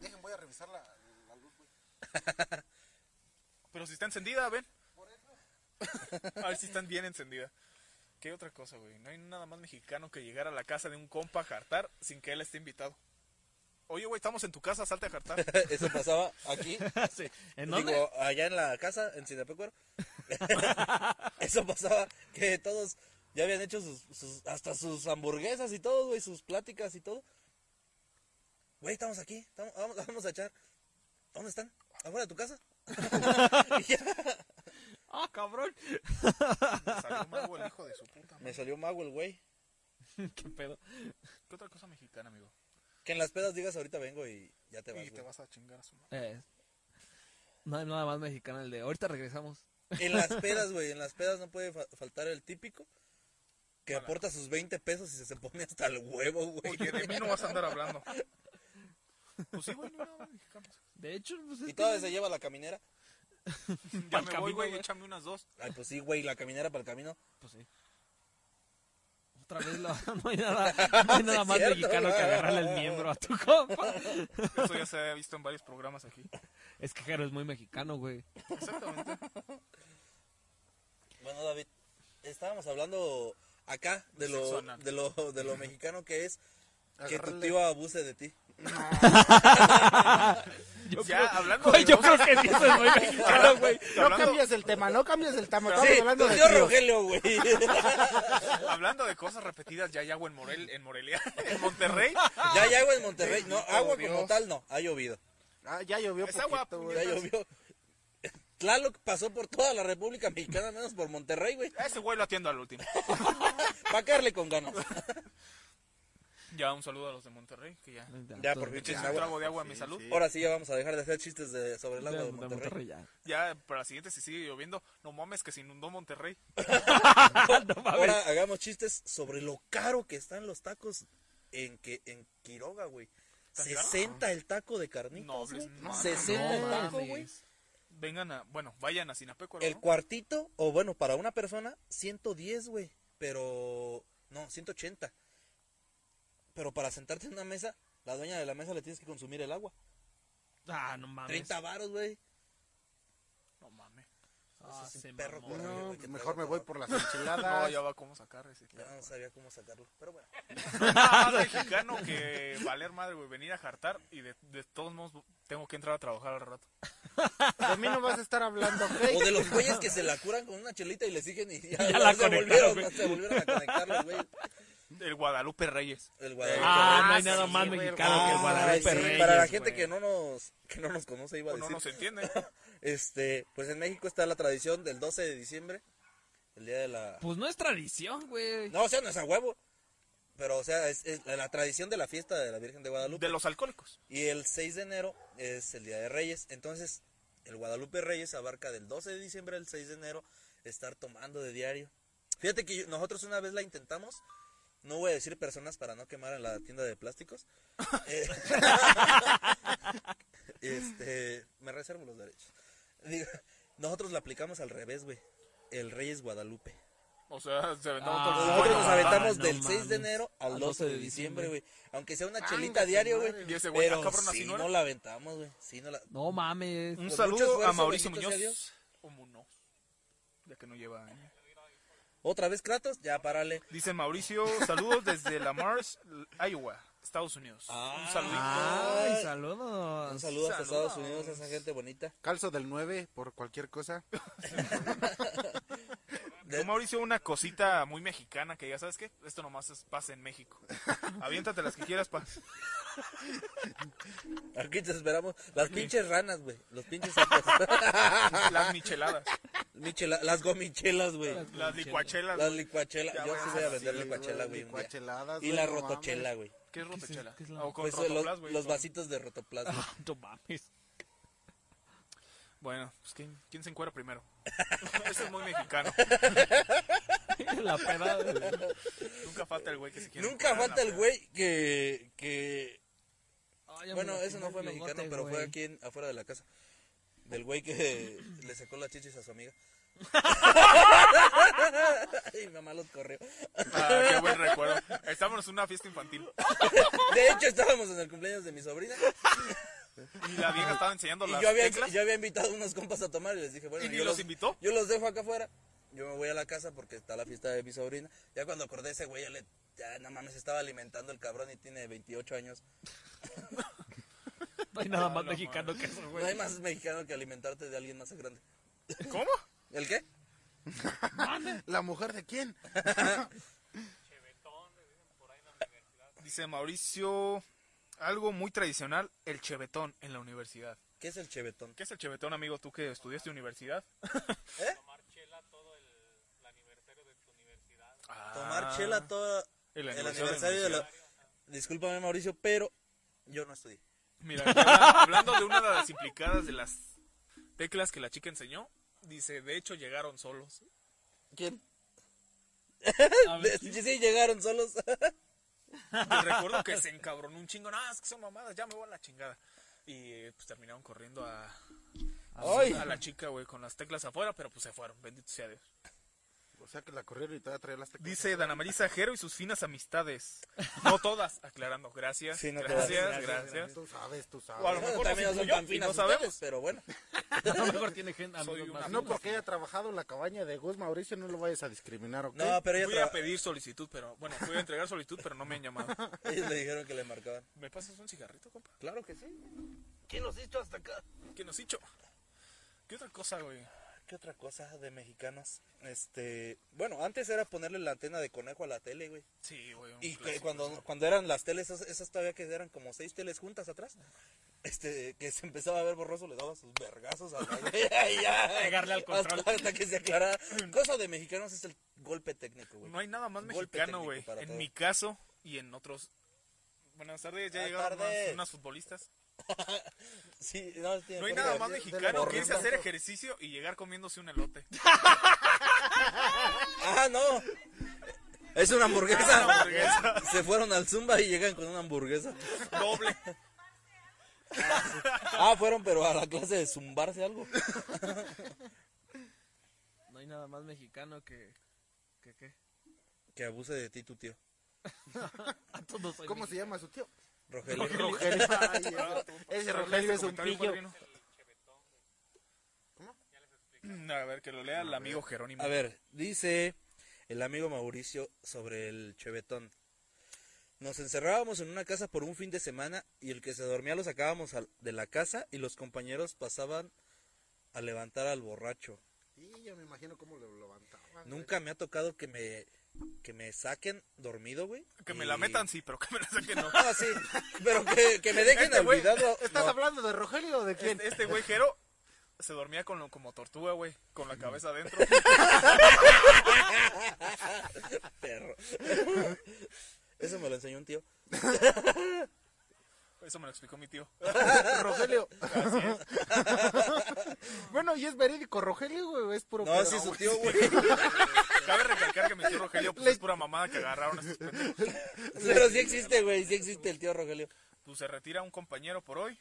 Dejen, voy a revisar la, la luz, güey. Pero si está encendida, ven. A ver si están bien encendida. ¿Qué otra cosa, güey? No hay nada más mexicano que llegar a la casa de un compa a jartar sin que él esté invitado. Oye, güey, estamos en tu casa, salte a jartar. Eso pasaba aquí. Sí. ¿En dónde? Digo, allá en la casa, en Sinapecuaro. Eso pasaba que todos ya habían hecho sus, sus- hasta sus hamburguesas y todo, güey, sus pláticas y todo. Güey, estamos aquí, estamos- vamos, vamos a echar. ¿Dónde están? ¿Afuera de tu casa? Y ya. Ah, cabrón. Me salió mago el hijo de su puta. madre. Me salió mago el güey. Qué pedo. ¿Qué otra cosa mexicana, amigo? Que en las pedas digas ahorita vengo y ya te vas. Y te güey. vas a chingar a su madre. Eh, no hay nada más mexicano el de. Ahorita regresamos. En las pedas, güey, en las pedas no puede fa- faltar el típico que aporta sus 20 pesos y se pone hasta el huevo, güey. Oye, de mí no vas a andar hablando. Pues sí, güey, no hay nada más mexicano. De hecho, pues Y es todavía que- se lleva la caminera. Ya Pa'l me voy, camino, güey, güey. échame unas dos. Ay, pues sí, güey, la caminera para el camino. Pues sí. Otra vez la- no hay nada, no hay nada es más cierto, mexicano que güey. agarrarle el miembro a tu compa. Eso ya se ha visto en varios programas aquí. Es que Jero es muy mexicano, güey. Exactamente. Bueno, David, estábamos hablando acá de lo, Sexual. de lo, de lo mexicano que es que tu Agárrale. tío abuse de ti. Yo Ya, creo- hablando Güey, de yo los- creo que sí, eso es muy mexicano, güey. No Hablando- cambias el tema, no cambias el tema. Estamos Sí, hablando tu de tío tíos. Rogelio, güey. Hablando de cosas repetidas, ya hay agua en, Morel, en Morelia, en Monterrey. ya hay agua en Monterrey. No, agua como Dios. tal no, ha llovido. Ah, ya llovió Es poquito, agua, güey. Ya llovió. Tlaloc pasó por toda la República Mexicana, menos por Monterrey, güey. A ese güey lo atiendo al último. Pa' caerle con ganas. Ya un saludo a los de Monterrey, que ya. Ya, por fin. Echen un trago de agua a mi salud. Ahora sí ya vamos a dejar de hacer chistes de, sobre el De- agua de de Monterrey. Monterrey, ya. Ya para la siguiente, si sigue lloviendo, no mames que se inundó Monterrey. Ah, Ahora hagamos chistes sobre lo caro que están los tacos en que en Quiroga, güey. 60 el taco de carnitas, No, güey. hables mal. 60 el No taco, mames. güey. Vengan a, bueno, vayan a Sinapecuaro. El ¿no? cuartito, o bueno, para una persona, 110, güey. Pero, no, 180. Pero para sentarte en una mesa, la dueña de la mesa le tienes que consumir el agua. Ah, no mames. 30 varos, güey. No mames. Ah, Ese es se un perro mamó. corrido, No, güey, que te mejor va me a voy acabar. por las No, enchiladas. ya va cómo sacar ese. Ya no sabía cómo sacarlo, pero bueno. Más mexicano que valer madre, güey. Venir a jartar y de, de todos modos tengo que entrar a trabajar al rato. De mí no vas a estar hablando, ¿ok? O de los güeyes que se la curan con una chelita y le siguen y ya, Ya no la se, conectaron, volvieron, no güey. se volvieron a conectar los güeyes. El Guadalupe Reyes. El Guadalupe. Ah, no Ah, hay nada sí, más güey, mexicano que el ah, Ay, Guadalupe sí, Reyes, para la gente güey. que no nos que no nos conoce iba a Pues no decir nos entiende. este pues en México está la tradición del 12 de diciembre el día de la Pues no es tradición, güey. no o sea no es a huevo pero o sea es, es la, la tradición de la fiesta de la Virgen de Guadalupe De los alcohólicos. y el 6 de enero es el día de Reyes entonces el Guadalupe Reyes abarca del 12 de diciembre al 6 de enero estar tomando de diario fíjate que yo- nosotros una vez la intentamos no voy a decir personas para no quemar en la tienda de plásticos. Eh, tenemos este, los derechos. Digo, nosotros la aplicamos al revés, güey. El Reyes Guadalupe. O sea, se aventó Ah, todos los Nosotros cuentos. nos aventamos no del 6 mames. de enero al 12 de diciembre, güey. Aunque sea una chelita diario, güey. Y ese güey, ah, Pero cabrón, así sí no era. no la aventamos, güey. Sí no la... No mames. Un Con saludo mucho esfuerzo, a Mauricio bendito Muñoz. sea Dios. O Munoz. Ya que no lleva. año. Otra vez Kratos, ya párale. Dice Mauricio, saludos desde La Mars, Iowa, Estados Unidos. Ah. un saludito. Ay, Un saludos. saludo hasta Ah, Saludos. Estados Unidos a esa gente bonita. Calzo del 9 por cualquier cosa. Tú, Mauricio, una cosita muy mexicana que ya sabes qué, esto nomás es pasa en México. Aviéntate las que quieras, pa. Aquí te esperamos. Las pinches ranas, güey. Los pinches sapos. Las micheladas, Michela- las gomichelas, güey. las licuachelas. Las licuachelas. Ya Yo voy sí a voy a vender Sí, licuachela, güey, güey. un día. licuacheladas, Y güey, la no mames. rotochela, güey. ¿Qué es rotechela? qué es la- O con Pues, eh, rotoplas, los, güey. los con- vasitos de rotoplas. güey. No mames. Bueno, pues ¿quién, quién se encuera primero? Eso es muy mexicano. La peda de- Nunca falta el güey que se quiere. Nunca encuerar en la falta el peda. güey que, que... Ay, ya Bueno, me eso no imaginé fue el bigote, mexicano, pero fue güey. aquí en- afuera de la casa. Del güey que le sacó las chichis a su amiga. y mi mamá los corrió. Ah, qué buen recuerdo. Estábamos en una fiesta infantil De hecho, estábamos en el cumpleaños de mi sobrina. y la vieja estaba enseñando Y las yo había, teclas. yo había invitado a unos compas a tomar y les dije, bueno, ¿Y ni yo los invitó? Yo los dejo acá afuera. Yo me voy a la casa porque está la fiesta de mi sobrina. Ya cuando acordé ese güey, ya le. Ya, no mames, estaba alimentando el cabrón y tiene 28 años. No hay nada más la mexicano que eso, Ah, No hay güey. más mexicano que alimentarte de alguien más grande. ¿Cómo? ¿El qué? ¿La mujer de quién? Dice Mauricio, algo muy tradicional, el chevetón en la universidad. ¿Qué es el chevetón? ¿Qué es el chevetón, amigo? Tú que estudiaste universidad. ¿Eh? Ah, Tomar chela toda. el El, aniversario aniversario de del la. Discúlpame, Mauricio, pero yo no estudié. Mira, habla- hablando de una de las implicadas de las teclas que la chica enseñó, dice, de hecho llegaron solos. ¿Quién? sí, llegaron solos. Yo recuerdo que se encabronó un chingo, no, es que son mamadas, ya me voy a la chingada. Y eh, pues terminaron corriendo a, a, Ay. a la chica, güey, con las teclas afuera, pero pues se fueron, bendito sea Dios. O sea que la corrieron y todavía traía las teclas. Dice Dana Marisa Jero y sus finas amistades. No todas, aclarando, gracias, Sí, no todas. gracias, Gracias, gracias, Tú sabes, tú sabes. O a lo mejor También nos no son influyó tan y finas no ustedes, sabemos. pero bueno. A lo mejor tiene gente. Soy amigos una- más No pues, finos. porque haya trabajado en la cabaña de Gus Mauricio, no lo vayas a discriminar, ¿ok? No, pero pues ella Fui a traba- pedir solicitud, pero bueno, fui a entregar solicitud, pero no me han llamado. Ellos le dijeron que le marcaban. ¿Me pasas un cigarrito, compa? Claro que sí. ¿Quién los hizo hasta acá? ¿Qué nos hizo? ¿Qué otra cosa, güey? ¿Qué otra cosa de mexicanos? Este, bueno, antes era ponerle la antena de conejo a la tele, güey. Sí, güey. un Y que clásico. cuando, cuando eran las teles, esas, esas todavía que eran como seis teles juntas atrás, este, que se empezaba a ver borroso, le daba sus vergazos a la y ya. Pegarle al control. Hasta, hasta que se aclarara. Cosa de mexicanos es el golpe técnico, güey. No hay nada más Golpe mexicano, técnico güey. para En todo. mi caso y en otros. Buenas tardes, ya Buenas llegaron tardes. unas, unas futbolistas. Sí, no, tiene No hay cosa nada de- más de la mexicano que irse a borrima. hacer ejercicio y llegar comiéndose un elote. Ah, no. Es una hamburguesa. Una Ah, hamburguesa. Se fueron al Zumba y llegan con una hamburguesa. Doble. Ah, fueron, pero a la clase de zumbarse algo. No hay nada más mexicano que. ¿Que qué? Que abuse de ti tu tío. A todos soy ¿Cómo mexicano. se llama su tío? Rogelio. Rogelio. Ay, ese- ese Rogelio es un Comentario, pillo. padrino. Mm, A ver, que lo lea el amigo Jerónimo. A ver, dice el amigo Mauricio sobre el chevetón. Nos encerrábamos en una casa por un fin de semana y el que se dormía lo sacábamos al- de la casa y los compañeros pasaban a levantar al borracho. Sí, ya me imagino cómo lo levantaban. Nunca me ha tocado que me, que me saquen dormido, güey. Que me y- la metan, sí, pero que me la saquen no. Ah, sí, pero que, que me dejen Este güey, olvidado. ¿Estás no. hablando de Rogelio o de quién? Este este güey Jero se dormía con lo- como tortuga, güey, con Mm. la cabeza adentro. perro. Eso me lo enseñó un tío. Eso me lo explicó mi tío. Este- Rogelio. bueno, y es verídico, Rogelio, güey, es puro No, pedo. sí, su güey. tío, güey. Cabe recalcar que mi tío Rogelio pues, es pura mamada que agarraron. estos pendejos. Pero sí existe, güey, sí existe el tío Rogelio. Pues se retira un compañero por hoy.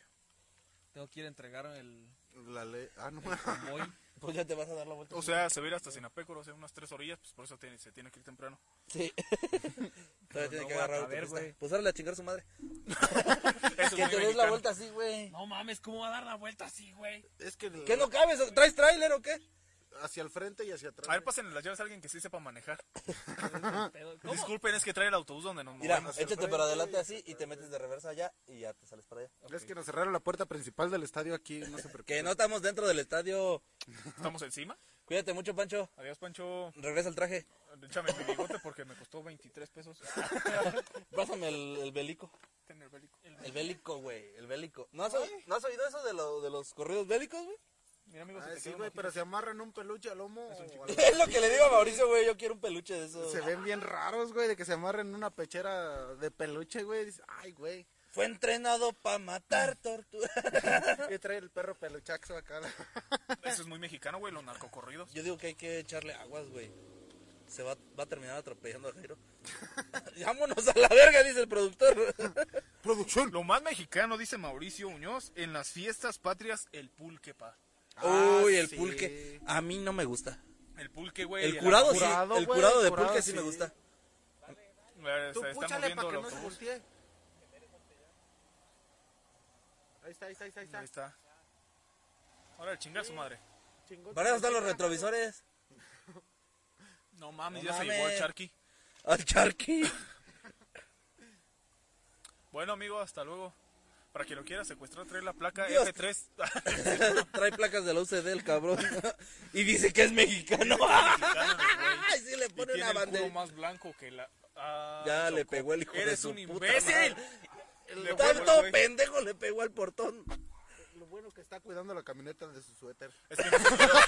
Tengo que ir a entregar el La ley. Ah, no. convoy. Pues ya te vas a dar la vuelta. O sea, se va a ir hasta Sinapécoro, o sea, unas tres orillas, pues por eso tiene- se tiene que ir temprano. Sí. Todavía tiene no que voy a agarrar caber, autopista. güey. Pues dale a chingar a su madre. Eso es que muy te des la mexicano. vuelta así, güey. No mames, ¿cómo va a dar la vuelta así, güey? Es que el- ¿Qué no cabes? ¿Traes tráiler o qué? hacia el frente y hacia atrás. A ver, pasen las llaves a alguien que sí sepa manejar. Ah. Pedo- ¿Cómo? Disculpen, es que trae el autobús donde nos Mira, movemos. échate para adelante así y te metes de reversa allá y ya te sales para allá. Es que nos cerraron la puerta principal del estadio aquí, no Ah, sé por qué. Que no estamos dentro del estadio. Estamos encima. Cuídate mucho, Pancho. Adiós, Pancho. Regresa el traje. Échame mi bigote porque me costó 23 pesos. Pásame el, el bélico. Tener bélico. El bélico, güey. El bélico. ¿No has, oí- no has oído eso de, lo- de los corridos bélicos, güey? Mira, amigos, Ah, sí, güey, pero se amarran un peluche al lomo. o a la- Es lo que le digo a Mauricio, güey. Yo quiero un peluche de eso. Se ven bien raros, güey, de que se amarran una pechera de peluche, güey. Dices, ay, güey. Fue entrenado para matar tortugas. Y trae el perro peluchaxo acá. Eso es muy mexicano, güey, los narcocorridos. Yo digo que hay que echarle aguas, güey. Se va, va a terminar atropellando a Jairo. Vámonos a la verga, dice el productor. Producción. Lo más mexicano, dice Mauricio Muñoz, en las fiestas patrias, el pulque, pa. Ah, Uy, el sí. pulque. A mí no me gusta. El pulque, güey. y El la- curado, curado, sí. El güey, curado de el curado, pulque sí, me sí. gusta. Eh, Tú se- Estamos púchale para viendo que el no se autobús. voltee. Ahí está, ahí está, ahí está. Ahí está. Ahí está. Ahora el chingar a su madre. Chingón. Para eso están los retrovisores. No mames, No ya se mames. llevó al Charqui. Al charqui. Bueno, amigo, hasta luego. Para quien lo quiera secuestrar, trae la placa Dios. F3. Trae placas de la UCD el cabrón. y dice que es mexicano. Ay, sí le Y pone tiene una el culo bandera. más blanco que la... Ah, Ya chocó. le pegó el hijo de ¡Eres su un puta imbécil! Le pegó el Tanto güey. pendejo le pegó al portón. Lo bueno que está cuidando la camioneta de su suéter. Es que no se esperó,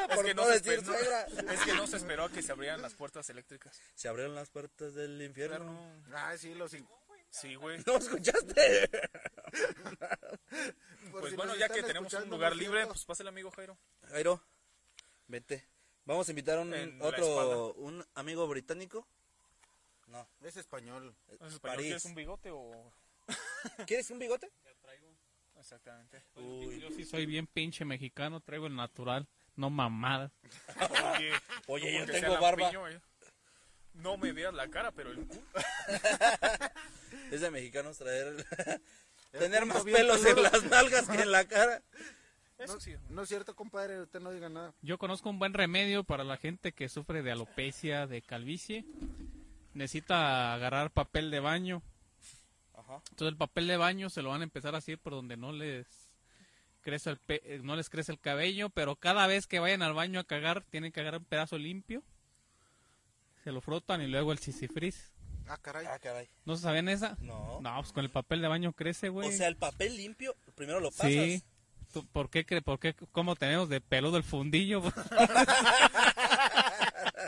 es Por que no se decir esperó- suegra. es que no se esperó a que se abrieran las puertas eléctricas. Se abrieron las puertas del infierno. Ay, sí, los... in- Sí, güey. ¿No escuchaste? por Pues si bueno, nos ya están que tenemos un escuchando, lugar no es libre, cierto. pues pásale, amigo Jairo. Jairo, vete. Vamos a invitar a un En la otro espalda. un amigo británico. No. pues, Es español. ¿Es español? París. ¿Quieres un bigote o...? ¿Quieres un bigote? Exactamente. Uy. Yo sí soy bien pinche mexicano, traigo el natural, no mamada. Oye, Oye, como yo que tengo sea barba. lampiño, eh. No me veas la cara, pero el culo. Es de mexicanos traer tener más bien pelos en peludo. las nalgas que en la cara. Eso sí. No es cierto, compadre, usted no diga nada. Yo conozco un buen remedio para la gente que sufre de alopecia, de calvicie. Necesita agarrar papel de baño. Ajá. Entonces el papel de baño se lo van a empezar así por donde no les crece el pe- eh, no les crece el cabello, pero cada vez que vayan al baño a cagar tienen que agarrar un pedazo limpio. Se lo frotan y luego el sisifriz. Ah, caray. Ah, caray. ¿No sabían esa? No. No, pues con el papel de baño crece, güey. O sea, el papel limpio primero lo pasas. sí. ¿Tú- ¿Por qué, cre- por qué, cómo tenemos de peludo el fundillo?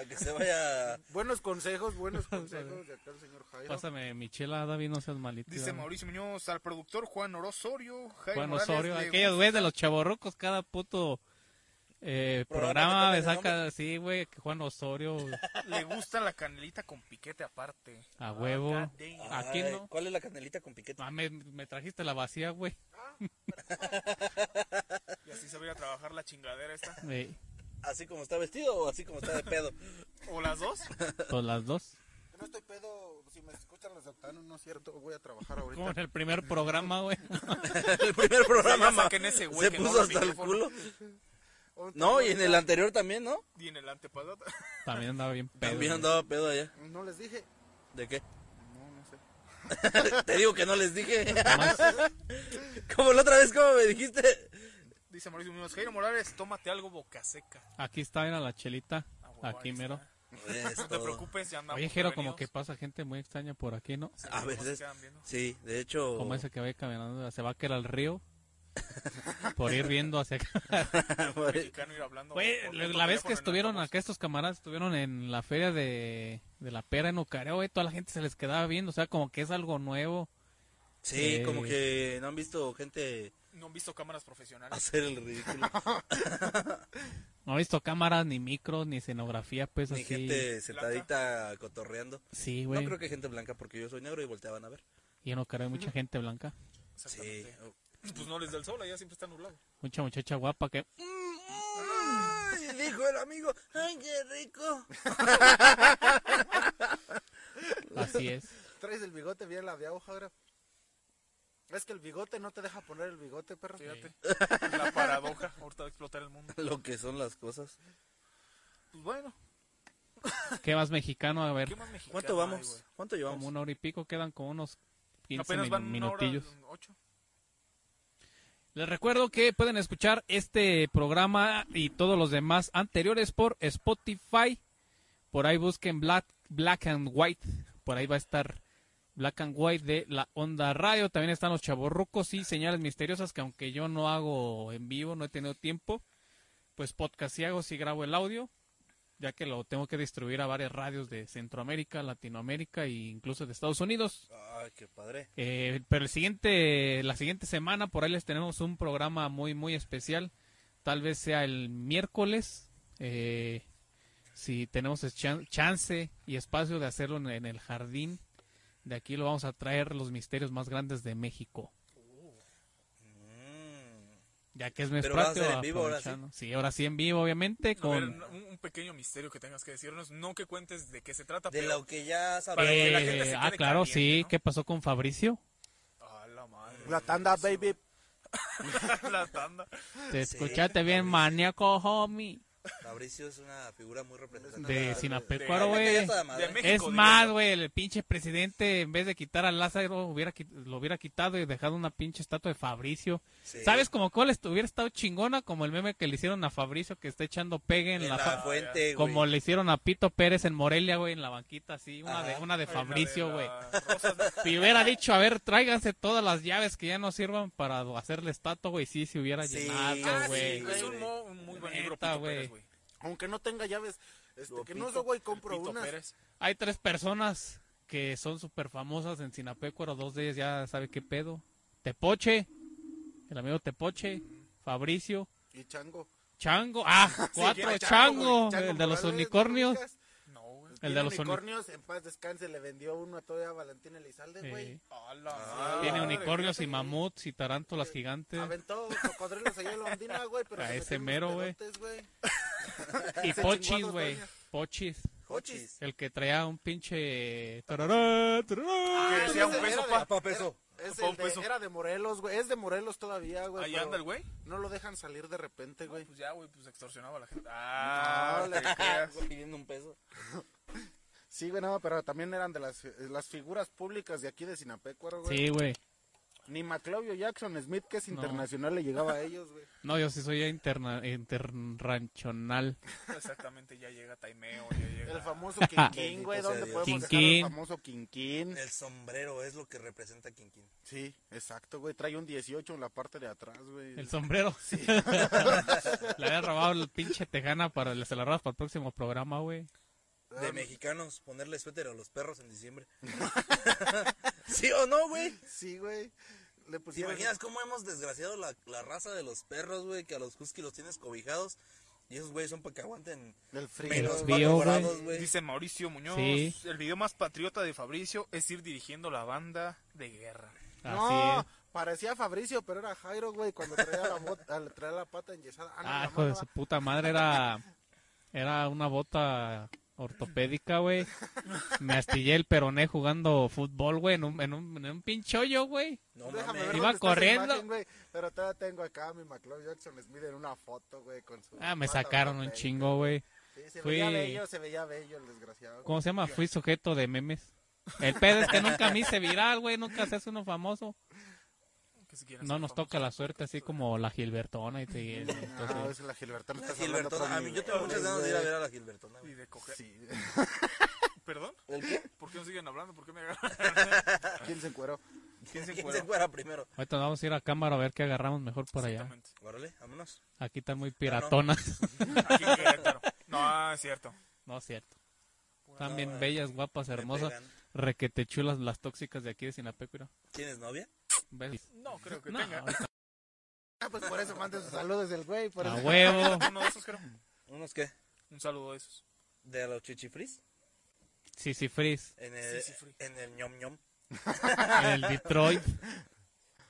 A que se vaya Buenos consejos, buenos consejos de acá el señor Jairo. Pásame mi chela, David, no seas malito. Dice Mauricio Muñoz al productor Juan Orosorio. Jairo Juan Morales, Osorio, le aquellos gusta- güeyes de los chavorrucos, cada puto eh, Programa programa que me tenga saca así, güey, que Juan Osorio Le gusta la canelita con piquete aparte. a huevo. Ah, goddamn. Aquí Ay, no. ¿Cuál es la canelita con piquete? Ah, me, me trajiste la vacía, güey. Y así se va a ir a trabajar la chingadera esta. Eh, ¿Así como está vestido o así como está de pedo? ¿O las dos? pues las dos. No estoy pedo, si me escuchan los de Octano, no es cierto, voy a trabajar ahorita. Como en el primer programa, güey. el primer programa O sea, ya saquen ma- ese güey se que puso no hasta el micrófono. culo. No, y en el anterior también, ¿no? Y en el antepasado. También andaba bien pedo. También güey. andaba pedo allá. No les dije. ¿De qué? No, no sé. Te digo que no les dije. como la otra vez, como me dijiste. Dice Mauricio Muñoz, Jairo Morales, tómate algo boca seca. Aquí está, mira la chelita. Ah, huevo, Aquí ahí está. mero. Es No te todo. preocupes, ya andamos. Oye, Jero, como que prevenidos. pasa gente muy extraña por aquí, ¿no? A ¿Cómo se veces. quedan viendo? Sí, de hecho. Como ese que va caminando, se va a quedar al río. Por ir viendo hacia acá. Mexicano ir hablando. Güey, por la- otro la vez teléfono que en estuvieron altavoz. acá, estos camaradas estuvieron en la feria de, de la pera en Ocareo, güey, toda la gente se les quedaba viendo, o sea, como que es algo nuevo. sí, Eh. como que no han visto gente No han visto cámaras profesionales. hacer el ridículo. No he visto cámaras, ni micros, ni escenografía, pues ni así. gente sentadita cotorreando. Sí, güey. No creo que gente blanca, porque yo soy negro y volteaban a ver. Y en Ocareo hay mucha gente blanca. Exactamente. Sí. Pues no les da el sol, allá siempre está nublado. Mucha muchacha guapa que. Ay, Mm, dijo el amigo, ay, qué rico. Así es. Traes el bigote bien ladeado, Jagra. Es que el bigote no te deja poner el bigote, perro. Fíjate. La paradoja. Ahorita va a explotar el mundo. Lo que son las cosas. Pues bueno. ¿Qué más mexicano? A ¿Qué ver, más mexicano ¿Cuánto hay, vamos? güey? ¿Cuánto llevamos? como una hora y pico quedan como unos 15 Apenas min- van una hora, minutillos. ocho. Les recuerdo que pueden escuchar este programa y todos los demás anteriores por Spotify. Por ahí busquen Black, Black and White. Por ahí va a estar Black and White de la Onda Radio. También están los chaborrucos y señales misteriosas que aunque yo no hago en vivo, no he tenido tiempo. Pues podcast sí hago, sí grabo el audio. Ya que lo tengo que distribuir a varias radios de Centroamérica, Latinoamérica e incluso de Estados Unidos. Ay, qué padre. Eh, pero el siguiente, la siguiente semana por ahí les tenemos un programa muy muy especial. Tal vez sea el miércoles, eh, si tenemos es- chan- chance y espacio de hacerlo en, en el jardín. De aquí lo vamos a traer los misterios más grandes de México. Mm. Ya que es Pero va a Mespratio, ser en vivo ahora sí. aprovechando. sí, ahora sí en vivo, obviamente. A ver, Con, un, un pequeño misterio que tengas que decirnos. No que cuentes de qué se trata, De pero... lo que ya Para que la Eh, gente sabemos. se ah, quede claro, caliente, sí. ¿no? ¿Qué pasó con Fabricio? A la madre. La tanda, baby. la tanda. Te Sí, escuchaste bien, Fabricio. maníaco, homie. Fabricio es una figura muy representativa. De Sinapecuaro, de- güey. Esa De madre. México, Es digo más, yo. güey, el pinche presidente, en vez de quitar a Lázaro, hubiera, qui- lo hubiera quitado y dejado una pinche estatua de Fabricio. Sí. ¿Sabes como cuál estuviera estado chingona? Como el meme que le hicieron a Fabricio que está echando pegue en, En la... la fa- fuente, güey. Como le hicieron a Pito Pérez en Morelia, güey, en la banquita, así. Una de, Ajá. una de Ay, la de Fabricio, güey. las rosas de- Si hubiera dicho, a ver, tráiganse todas las llaves que ya no sirvan para hacerle estatua, güey, sí, se hubiera Sí. llenado, Ah, sí, güey. es un, mo- un muy buen libro, Neta, Pito güey. Pérez, güey. Aunque no tenga llaves, este, Lo que pito, no sé, güey, compro Pito unas. Pérez. Hay tres personas que son súper famosas en Sinapecuaro. Dos de ellas ya sabe qué pedo. Tepoche, el amigo Tepoche, Fabricio, Y chango. Chango. Ah, cuatro, Quiero Chango, güey. Chango el de los Morales, ¿no lo unicornios. ubicas? No, güey. El de Tiene los unicornios. Pues, unicornios, en paz descanse, le vendió uno a todavía a Valentín Elizalde, güey. A la madre, Ah, Tiene fíjate. unicornios y mamuts y tarántulas gigantes. Aventó cocodrilos allá en la ondina, güey, pero A se metió ese unos mero, güey. pedotes, güey. Y Se Pochis, chingó a dos güey. dueñas. Pochis. Jochis. El que traía un pinche... tarará, tarará. Ah, Que decía un Era peso, de- pa. Pa' peso. Es Pon el de- peso. era de Morelos, güey. Es de Morelos todavía, güey. Ahí pero anda el güey. No lo dejan salir de repente, güey. Pues ya, güey, pues extorsionaba a la gente. Ah, No, te le- creas. Pidiendo un peso. Sí, güey, no, pero también eran de las, las figuras públicas de aquí de Sinapecuaro, güey. Sí, güey. Ni Maclavio Jackson Smith, que es No. internacional, le llegaba a ellos, güey. No, yo sí soy interna... interranchonal. Exactamente, ya llega Taimeo, ya llega. El famoso Ah. Quinquín, güey. Bendito sea ¿Dónde Dios. podemos Quinquín. dejar al famoso Quinquín? El sombrero es lo que representa a Quinquín. Sí, exacto, güey. Trae un 18 en la parte de atrás, güey. El sombrero. Le había robado el pinche tejana para se la robas para el próximo programa, güey. De mexicanos, ponerle suéter a los perros en diciembre. ¿Sí o no, güey? Sí, güey. Le ¿Te pusieron... imaginas cómo hemos desgraciado la, la raza de los perros, güey? Que a los husky los tienes cobijados. Y esos güeyes son para que aguanten El frío. menos los cuatro vio, güey. grados, güey. Dice Mauricio Muñoz, Sí. el video más patriota de Fabricio es ir dirigiendo la banda de guerra. Así no, es. parecía Fabricio, pero era Jairo, güey, cuando traía la, bot- al- traía la pata enyesada. Ah, no, Ah, la hijo de mano, su puta madre, era, era una bota ortopédica, güey. Me astillé el peroné jugando fútbol, güey, en un, en un, en un pinche hoyo, güey. No Déjame mames. ver Iba dónde está esa corriendo. imagen, güey, pero todavía tengo acá a mi McLeod Jackson Smith en una foto, güey, con su... Ah, me pata sacaron un ortopédica. chingo, güey. Sí, se Fui- veía bello, se veía bello el desgraciado. ¿Cómo se llama? Fui sujeto de memes. El pedo es que nunca me hice viral, güey, nunca se hace uno famoso. Que si quieren No ser nos famosos. toca la suerte así como la Gilbertona y te... Ah, es entonces- la Gilbertona. La estás hablando Gilbertona. otro A mí, yo tengo nivel, muchas ganas de ir a güey. ver a la Gilbertona, Y güey. de coger. Sí, ¿Perdón? ¿El qué? ¿Por qué no siguen hablando? ¿Por qué me agarran? ¿quién se encueró? ¿Quién se ¿Quién se encuentra? fuera primero? Ahorita nos vamos a ir a cámara a ver qué agarramos mejor por allá. Exactamente. Órale, vámonos. Aquí están muy piratonas. Aquí en Querétaro. No, ah, es cierto. No es cierto. Están bien bueno. bellas, guapas, hermosas, pegan. requetechulas las tóxicas de aquí de Sinapécura. ¿Tienes novia? ¿Ves? No, creo que No, tenga. ahorita- Ah, pues por eso manden sus saludos el güey, por a eso... huevo. Uno de esos, creo. ¿Unos qué? Un saludo de esos. ¿De los chichifris? Sí, sí, Frizz. En el, sí, fri. en el ñom ñom. En el Detroit.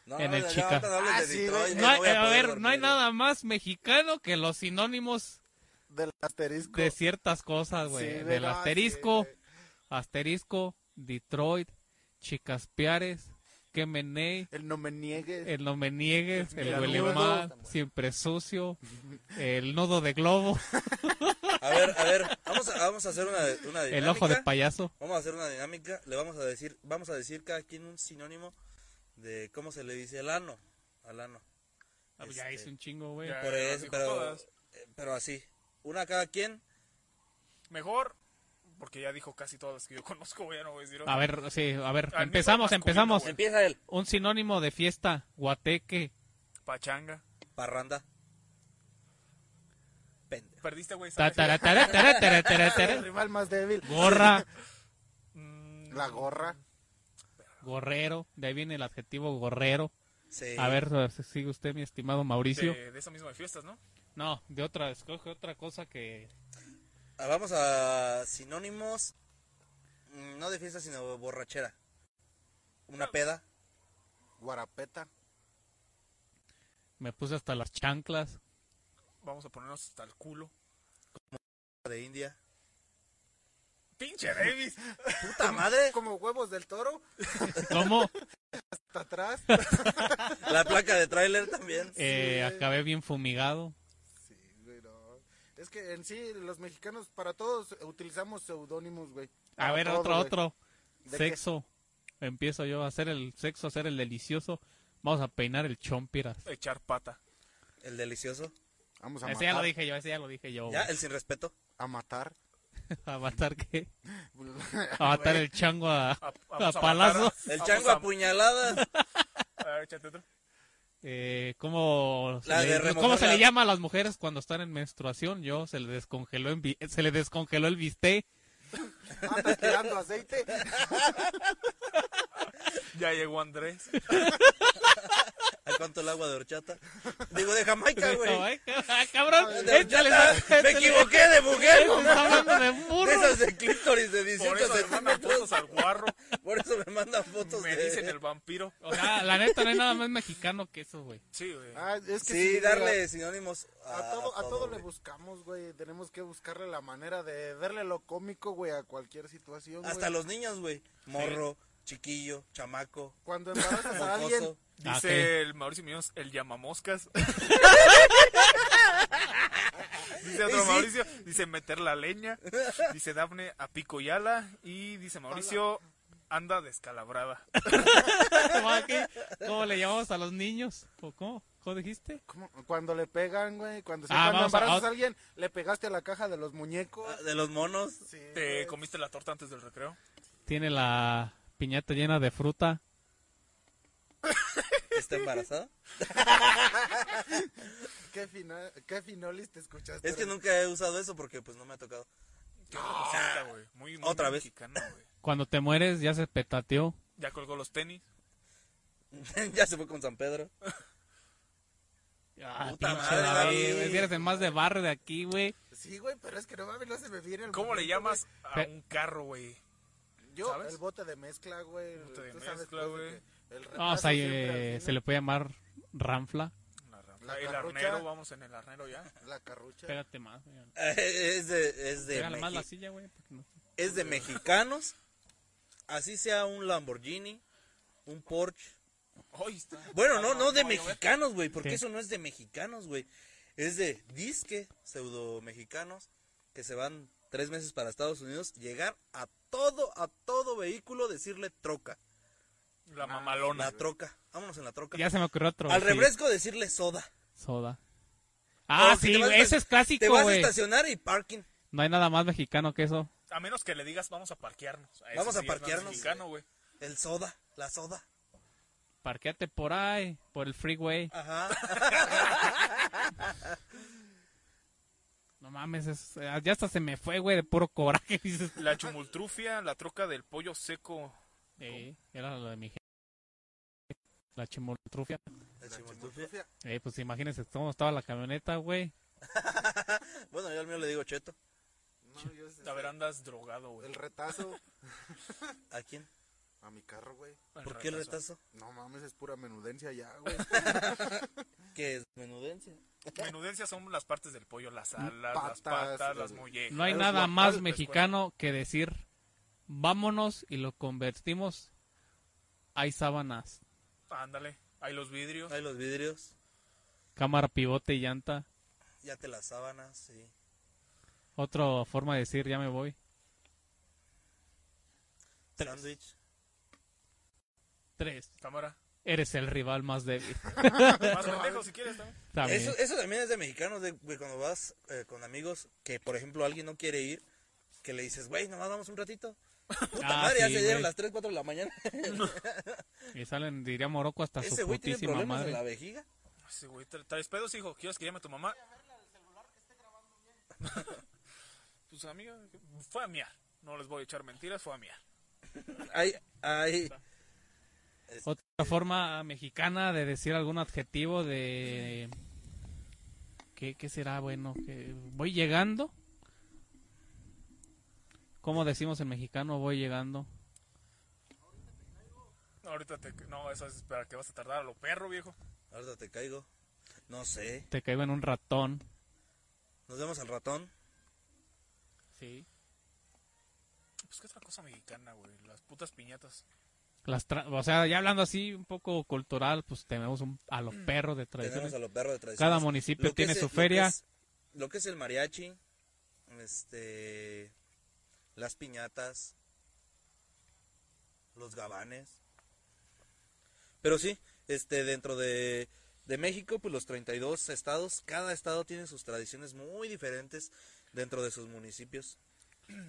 No, En el ya Chica. ahorita no hables Ah, de sí, Detroit, güey. güey, No hay- voy a a poder ver, no hay dormir. nada más mexicano que los sinónimos Del asterisco. de ciertas cosas, güey. Sí, güey, Del no, sí, asterisco, güey. asterisco, Detroit, Chicaspiares, Kemenei, El no me niegues. el No Me Niegues, el Mira, Huele no, Mal, está bueno. Siempre Sucio, el Nudo de Globo, A ver, a ver, vamos a, vamos a hacer una, una dinámica. el Ojo de Payaso. Vamos a hacer una dinámica, le vamos a decir, vamos a decir cada quien un sinónimo de cómo se le dice al ano, al ano. Ah, pues Ya Este, hice un chingo, güey. ya. Por las eso, dijo pero, todas. eh, pero así, una cada quien, Mejor, porque ya dijo casi todas las que yo conozco, güey, ya no voy a decir otra. A ver, sí, a ver, Al empezamos, mismo masculino, empezamos. güey. empieza él, Un sinónimo de fiesta, guateque, Pachanga. parranda. Pendejo. Perdiste, güey. ta, ¿sabes? tara, tara, tara, tara, tara, El tara, rival más débil. gorra, Mm, La gorra. gorrero, de ahí viene el adjetivo gorrero. Sí. A ver, sigue usted, mi estimado Mauricio. de, de esa misma de fiestas, ¿no? No, de otra, escoge otra cosa que... Ah, Vamos a sinónimos, mm, no de fiesta, sino borrachera. Una peda, Guarapeta. Me puse hasta las chanclas. Vamos a ponernos hasta el culo. de India. ¡Pinche Davis! ¡Puta madre! Como huevos del toro. ¿Cómo? Hasta atrás. La placa de tráiler también. Eh, acabé bien fumigado. Sí, güey, no. Es que en sí, los mexicanos, para todos, utilizamos seudónimos, güey. A Para ver, todo, otro, güey. otro. ¿De Sexo. Empiezo yo a hacer el sexo, a hacer el delicioso. Vamos a peinar el chompiras. Echar pata. El delicioso. Vamos a Ese ya lo matar. dije yo, ese ya lo dije yo. Ya, güey. el sin respeto. A matar. ¿A matar qué? A matar el chango a, A- a vamos a palazo. matar El Vamos chango a- apuñalada. A ver, échate otro. Eh, ¿Cómo, se La de le, remojar cómo se la- le llama a las mujeres cuando están en menstruación? Yo, se le descongeló, en vi- se le descongeló el bisté. Andas tirando aceite. Ya llegó Andrés. ¿A cuánto el agua de horchata? Digo, de Jamaica, güey. Ah, Ay, Cabrón, De este le horchata. está- Me este le- equivoqué de mujer. este está hablando de De burro. esas de clítoris de Por 18 eso me mandan centímetros. fotos al guarro. Por eso me mandan fotos Me de- dicen el vampiro. O sea, la neta, no hay nada más mexicano que eso, güey. Sí, güey. Ah, es que Sí, mira, darle sinónimos a, A todo, a todo le güey. buscamos, güey. Tenemos que buscarle la manera de verle lo cómico, güey, a cualquier situación. Hasta güey. los niños, güey. Morro, chiquillo, chamaco, Cuando embarazas a alguien, mocoso. Dice Ah, ok. el Mauricio Muñoz, el llamamoscas. dice otro Y sí. Mauricio, dice meter la leña. Dice Dafne a pico y ala. Y dice Mauricio, anda descalabrada. ¿Cómo, aquí? ¿Cómo le llamamos a los niños? ¿O cómo? ¿Cómo dijiste? ¿cómo? cuando le pegan, güey, cuando, se- Ah, cuando vamos a- embarazas a, a- alguien, le pegaste a la caja de los muñecos. Ah, Ah, De los monos. Sí, Te güey. Pues. comiste la torta antes del recreo. Tiene la piñata llena de fruta. ¿Está embarazada? ¿Qué, fina- qué finolis te escuchaste? Es que nunca he usado eso porque pues no me ha tocado. Qué cosita, güey. Muy, muy Ah. Otra vez. mexicano, güey. Cuando te mueres, ya se petateó. Ya colgó los tenis. ya se fue con San Pedro. Ah, Puta pinche madre, David, David. güey, eres el más de barrio de aquí, güey. Sí, güey, pero es que no mames, no se me viene el ¿Cómo le momento, llamas a Pe- un carro, güey? güey. Yo, ¿sabes? el bote de mezcla, güey. El bote de mezcla, güey. El No, o retraso sea, siempre eh, al se le final. puede llamar ranfla. La rampa. La el carrucha. arnero, vamos en el arnero ya. La carrucha. Pégate más. güey. Eh, es de, es de, Pégale más la mexi- silla, güey. porque no- es de mexicanos. Así sea un Lamborghini, un Porsche. Ay, está. Bueno, no, no de voy a ver. mexicanos, güey, porque Sí. eso no es de mexicanos, güey. Es de disque pseudo mexicanos que se van tres meses para Estados Unidos, llegar a todo, a todo vehículo, decirle troca. La mamalona. Ah, La troca. Vámonos en la troca. Ya se me ocurrió otro. Al sí. refresco decirle soda. Soda. Ah, O si sí, te vas a güey, ese es estac- Te clásico, vas a güey. estacionar y parking. No hay nada más mexicano que eso. A menos que le digas, vamos a parquearnos. Eso Vamos a sí es más parquearnos. Mexicano, güey. El soda, la soda. Parquéate por ahí, por el freeway. Ajá. No mames, es- ya hasta se me fue, güey, de puro coraje. dices. La chumultrufia, la troca del pollo seco. Eh, era lo de mi jefe. La chimoltrufia. La chimoltrufia. Chimoltrufia. Eh, pues imagínense cómo estaba la camioneta, güey. Bueno, yo al mío le digo cheto. No, yo sé. A ver, andas drogado, güey. El retazo. ¿A quién? a mi carro, güey. ¿Por qué el retazo? No mames, es pura menudencia ya, güey. Que es menudencia. Menudencia son las partes del pollo, las Mm, alas, Patas, las patas, las- las Eh, mollejas. No hay los nada guapos, más el mexicano que decir, vámonos y lo convertimos. Hay sábanas, pescuezo. Ándale, hay los vidrios. Hay los vidrios, cámara, pivote y llanta. ya te las sábanas, sí. Otra forma de decir, ya me voy. Sándwich. Tres. Cámara. Eres el rival más débil. Más pendejo si quieres también. También. Eso, eso también es de mexicanos, de, güey, cuando vas eh, con amigos, que por ejemplo alguien no quiere ir, que le dices, güey, nomás vamos un ratito. Puta Ah, madre, ya sí, se dieron güey. las 3, 4 de la mañana. Y salen, diría Morocco, hasta Ese su güey tiene putísima problemas madre. en la vejiga. Sí, güey, tra- traes pedos, hijo. ¿Quieres que llame a tu mamá? Pues amiga, fue a miar. No les voy a echar mentiras, fue a miar. Hay, hay, Otra forma mexicana de decir algún adjetivo de... ¿Qué, qué será bueno? que ¿Voy llegando? ¿Cómo decimos en mexicano voy llegando? Ahorita te... No, eso es para que vas a tardar a lo perro, viejo. ahorita te caigo. No sé, Te caigo en un ratón. nos vemos al ratón. Sí. Pues qué otra cosa mexicana, güey. Las putas piñatas. Las tra- o sea, ya hablando así un poco cultural, pues tenemos un- a los perros de Tenemos tradiciones. a los perros de tradición. Cada municipio tiene su feria. Lo que, es, lo que es el mariachi, este, las piñatas, los gabanes. Pero sí, este, dentro de, de México, pues los 32 estados, cada estado tiene sus tradiciones muy diferentes dentro de sus municipios.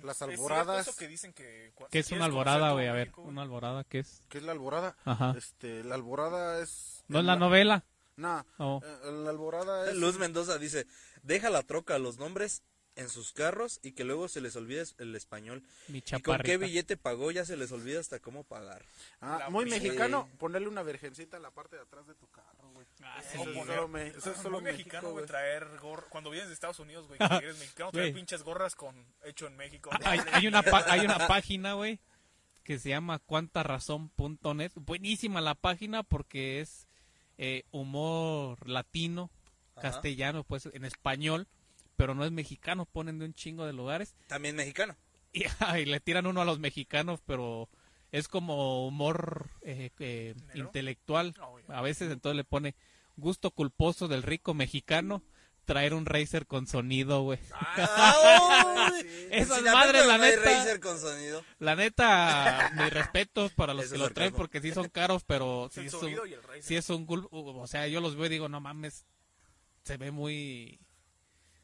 Las ¿Es cierto alboradas. eso que dicen que... cua- ¿Qué es si una quieres alborada, conocer güey? A todo ver, México, güey, una alborada, ¿qué es? ¿Qué es la alborada? Ajá. Este, la alborada es... Ah. ¿No es la novela? No, No. eh, la alborada es... Luz Mendoza dice, deja la troca los nombres en sus carros y que luego se les olvide el español. Mi ¿Y con qué chaparrita. billete pagó? Ya se les olvida hasta cómo pagar. Ah, La muy virgen. mexicano, ponerle una virgencita a la parte de atrás de tu carro, güey. o eso, es poner- solo me- eso es Ah, Muy solo mexicano, México, güey, güey. traer gorro. Cuando vienes de Estados Unidos, güey, que eres mexicano, traer Güey. pinches gorras con hecho en México. Ah, Hay, hay una, pa- hay una página, güey, que se llama cuantarazón.net. Buenísima la página porque es eh, humor latino, Ajá. castellano, pues en español, pero no es mexicano, ponen de un chingo de lugares También mexicano. y, y le tiran uno a los mexicanos, pero es como humor eh, eh, ¿Negro? intelectual. Oh, ya. A veces entonces le pone gusto culposo del rico mexicano traer un racer con sonido, güey. Esas En Sinaloa madres, la no hay neta. Razer con sonido. La neta, mis respetos para los Eso que es lo traen sarcasmo. porque sí son caros, pero sí el es sonido un, y el rey. sí es un gul- o sea, yo los veo y digo, no mames, se ve muy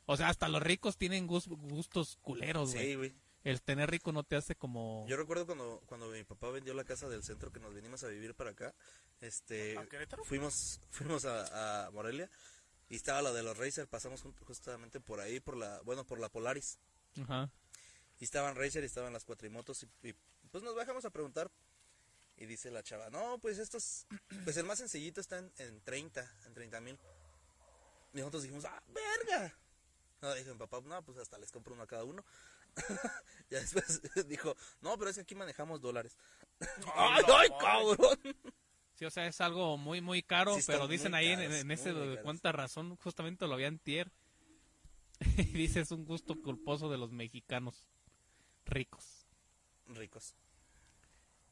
o sea, hasta los ricos tienen gus- gustos culeros, güey. Sí, güey. El tener rico no te hace como Yo recuerdo cuando, cuando mi papá vendió la casa del centro que nos vinimos a vivir para acá. Este, ¿A Querétaro? fuimos fuimos a, a Morelia y estaba la de los Razer. Pasamos jun- justamente por ahí, por la bueno, por la Polaris. Ajá. Y estaban Razer y estaban las cuatrimotos. Y, y, pues nos bajamos a preguntar. Y dice la chava, no, pues estos, pues el más sencillito está en, en 30, en 30 mil. Y nosotros dijimos, ah, verga. No, dijo mi papá, no, pues hasta les compro uno a cada uno. ya después dijo, no, pero es que aquí manejamos dólares. ¡Ay, ay, cabrón! Sí, o sea, es algo muy muy caro, Sí, están pero dicen muy ahí en- caros, en, en muy, ese muy de caros. cuánta razón justamente lo habían tier. y dice, es un gusto culposo de los mexicanos ricos. Ricos.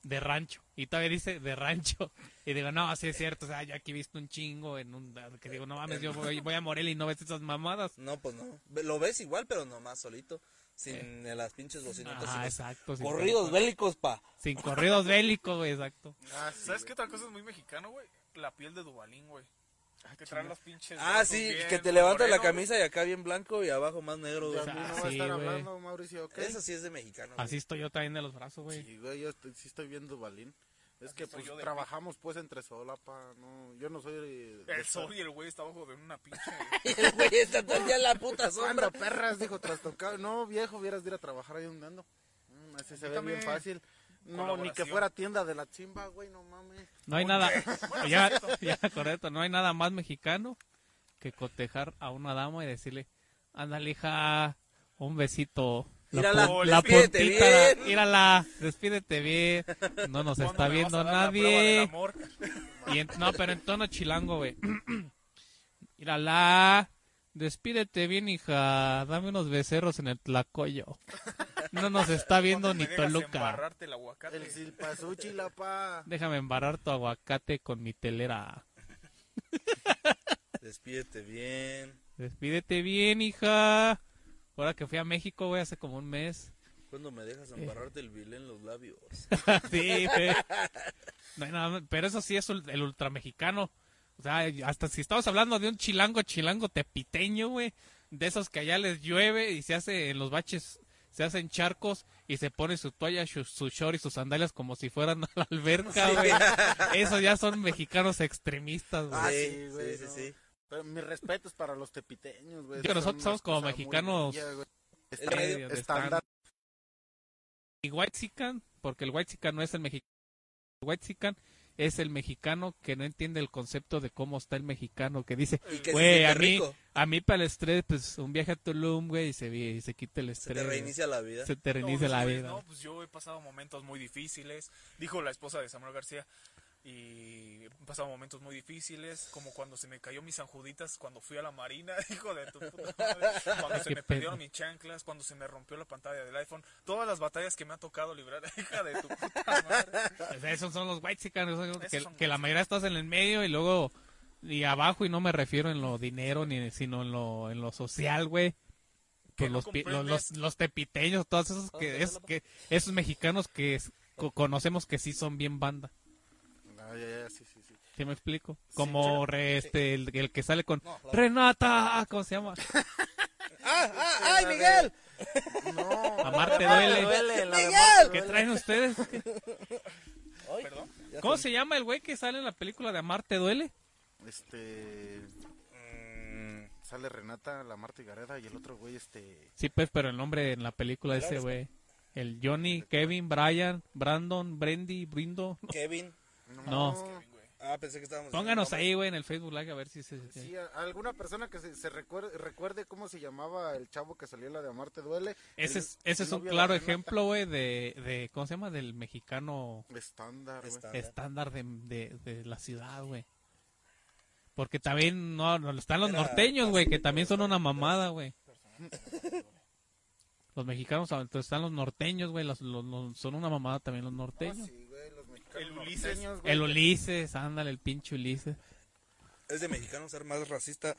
de rancho. Y todavía dice de rancho. Y digo, no, sí es cierto. O sea, yo aquí he visto un chingo en un. Que digo, no mames, yo voy, voy a Morelia y no ves esas mamadas. No, pues no. Ve- Lo ves igual, pero nomás solito. Sin eh, las pinches bocinotas. Ajá, sino- Ah, exacto. Sin, Corridos bélicos, pa. sin corridos bélicos, güey, exacto. Ah, sí, ¿Sabes güey. qué otra cosa es muy mexicano, güey? La piel de Dubalín, güey. que traen los pinches. Ah, brazos sí, bien que te levantas la morenos, camisa y acá bien blanco y abajo más negro. De güey. a mí no va Ah, a sí, estar güey. hablando, Mauricio, ¿ok? Eso sí es de mexicano. güey. Así estoy yo también de los brazos, güey. Sí, güey, yo estoy- sí estoy viendo Balín. Es que soy pues yo de trabajamos pues entre solapa, no, yo no soy de- de- El sol y el güey está abajo de una pinche. El güey está todavía en la puta ¿Cuándo sombra. perras? Dijo trastocado. No, viejo, hubieras de ir a trabajar ahí andando. Mm, así se ve Quítame. bien fácil. No, ni que Colaboración. fuera tienda de la chimba, güey, no mames. No hay nada. Ya, ya, correcto. No hay nada más mexicano que cotejar a una dama y decirle, ándale, hija, un besito. Mírala, po- oh, la despídete puntita, bien. la- mírala, despídete bien. No nos ¿Cuándo está me viendo vas a dar la prueba del nadie. amor? Y en- no, pero en tono chilango, güey. Mírala. Despídete bien, hija. Dame unos becerros en el tlacoyo. No nos está viendo ¿Cuándo me ni dejas Toluca. embarrarte el aguacate? El silpasuchi, la pa. Déjame embarrar tu aguacate con mi telera. Despídete bien. Despídete bien, hija. Ahora que fui a México, güey, hace como un mes. ¿Cuándo me dejas embarrarte el vil en los labios? sí, güey. No hay nada más, pero eso sí es ul- el ultramexicano. O sea, hasta si estamos hablando de un chilango, chilango tepiteño, güey. De esos que allá les llueve y se hace en los baches, se hacen charcos y se pone su toalla, su, su short y sus sandalias como si fueran a la alberca, Ah, güey. Esos ya son mexicanos extremistas, güey. Ah, sí, güey, sí, no. sí. Pero mis respetos para los tepiteños, güey. Yo, Son nosotros somos unas como cosas muy mexicanos. bellas, güey. Están- medio de estándar. Y Whitezican, porque el Whitezican no es el mexicano. El Whitezican es el mexicano que no entiende el concepto de cómo está el mexicano, que dice, Y que Güey, se a siente mí, rico. a mí para el estrés, pues un viaje a Tulum, güey, y se, vi- y se quita el Se estrés. te güey. reinicia la vida. Se te reinicia No, la pues, vida. No, pues yo he pasado momentos muy difíciles, dijo la esposa de Samuel García. Y he pasado momentos muy difíciles, como cuando se me cayó mis anjuditas cuando fui a la marina, hijo de tu puta madre. Cuando se Qué me pedo. perdieron mis chanclas, cuando se me rompió la pantalla del iPhone. Todas las batallas que me ha tocado librar, hija de tu puta madre. O sea, pues, esos son los whitezicanos, esos que, son que la whitezicanos. mayoría estás en el medio y luego y abajo y no me refiero en lo dinero ni sino en lo en lo social, güey. Que Pues no los, pi- los, comprendes. los, los tepiteños, todos esos Ah, que, sí, es, loco. que esos mexicanos que es- co- conocemos que sí son bien banda. Ay, ay, ay, Ah, sí, sí, sí. ¿Sí me explico? Como re- este, el, el que sale con No, la- Renata, ¿cómo se llama? ¡Ah, ah, ay, Miguel! No. Amar te Amar duele. la de ¡Miguel! Amar te ¿Qué duele. traen ustedes? Ay, ¿Perdón? ya ¿Cómo son- se llama el güey que sale en la película de Amar te duele? Este. mm, Sale Renata, la Marta y Gareda y el otro güey, este. Sí, pues, pero el nombre en la película de ese güey. El Johnny, Kevin, Brian, Brandon, Brendy, Brindo. Kevin. No. Ah, pensé que estábamos... Pónganos diciendo ahí, güey, en el Facebook Live a ver si se... Sí, a- alguna persona que se, se recuerde, recuerde cómo se llamaba el chavo que salió en la de Amar te duele. Ese El- es, ese el es un novio de claro Renata. ejemplo, güey, de, de... ¿Cómo se llama? Del mexicano Estándar, güey. Estándar. estándar de, de- de la ciudad, güey. Porque también no, no, están los Era norteños, güey, que también son una mamada, güey. Los mexicanos, entonces están los norteños, güey, los- los- los- son una mamada también los Ah, norteños. Sí, güey, los mexicanos El Ulises. norteños, güey. El Ulises, ándale, el pinche Ulises. Es de mexicano ser más racista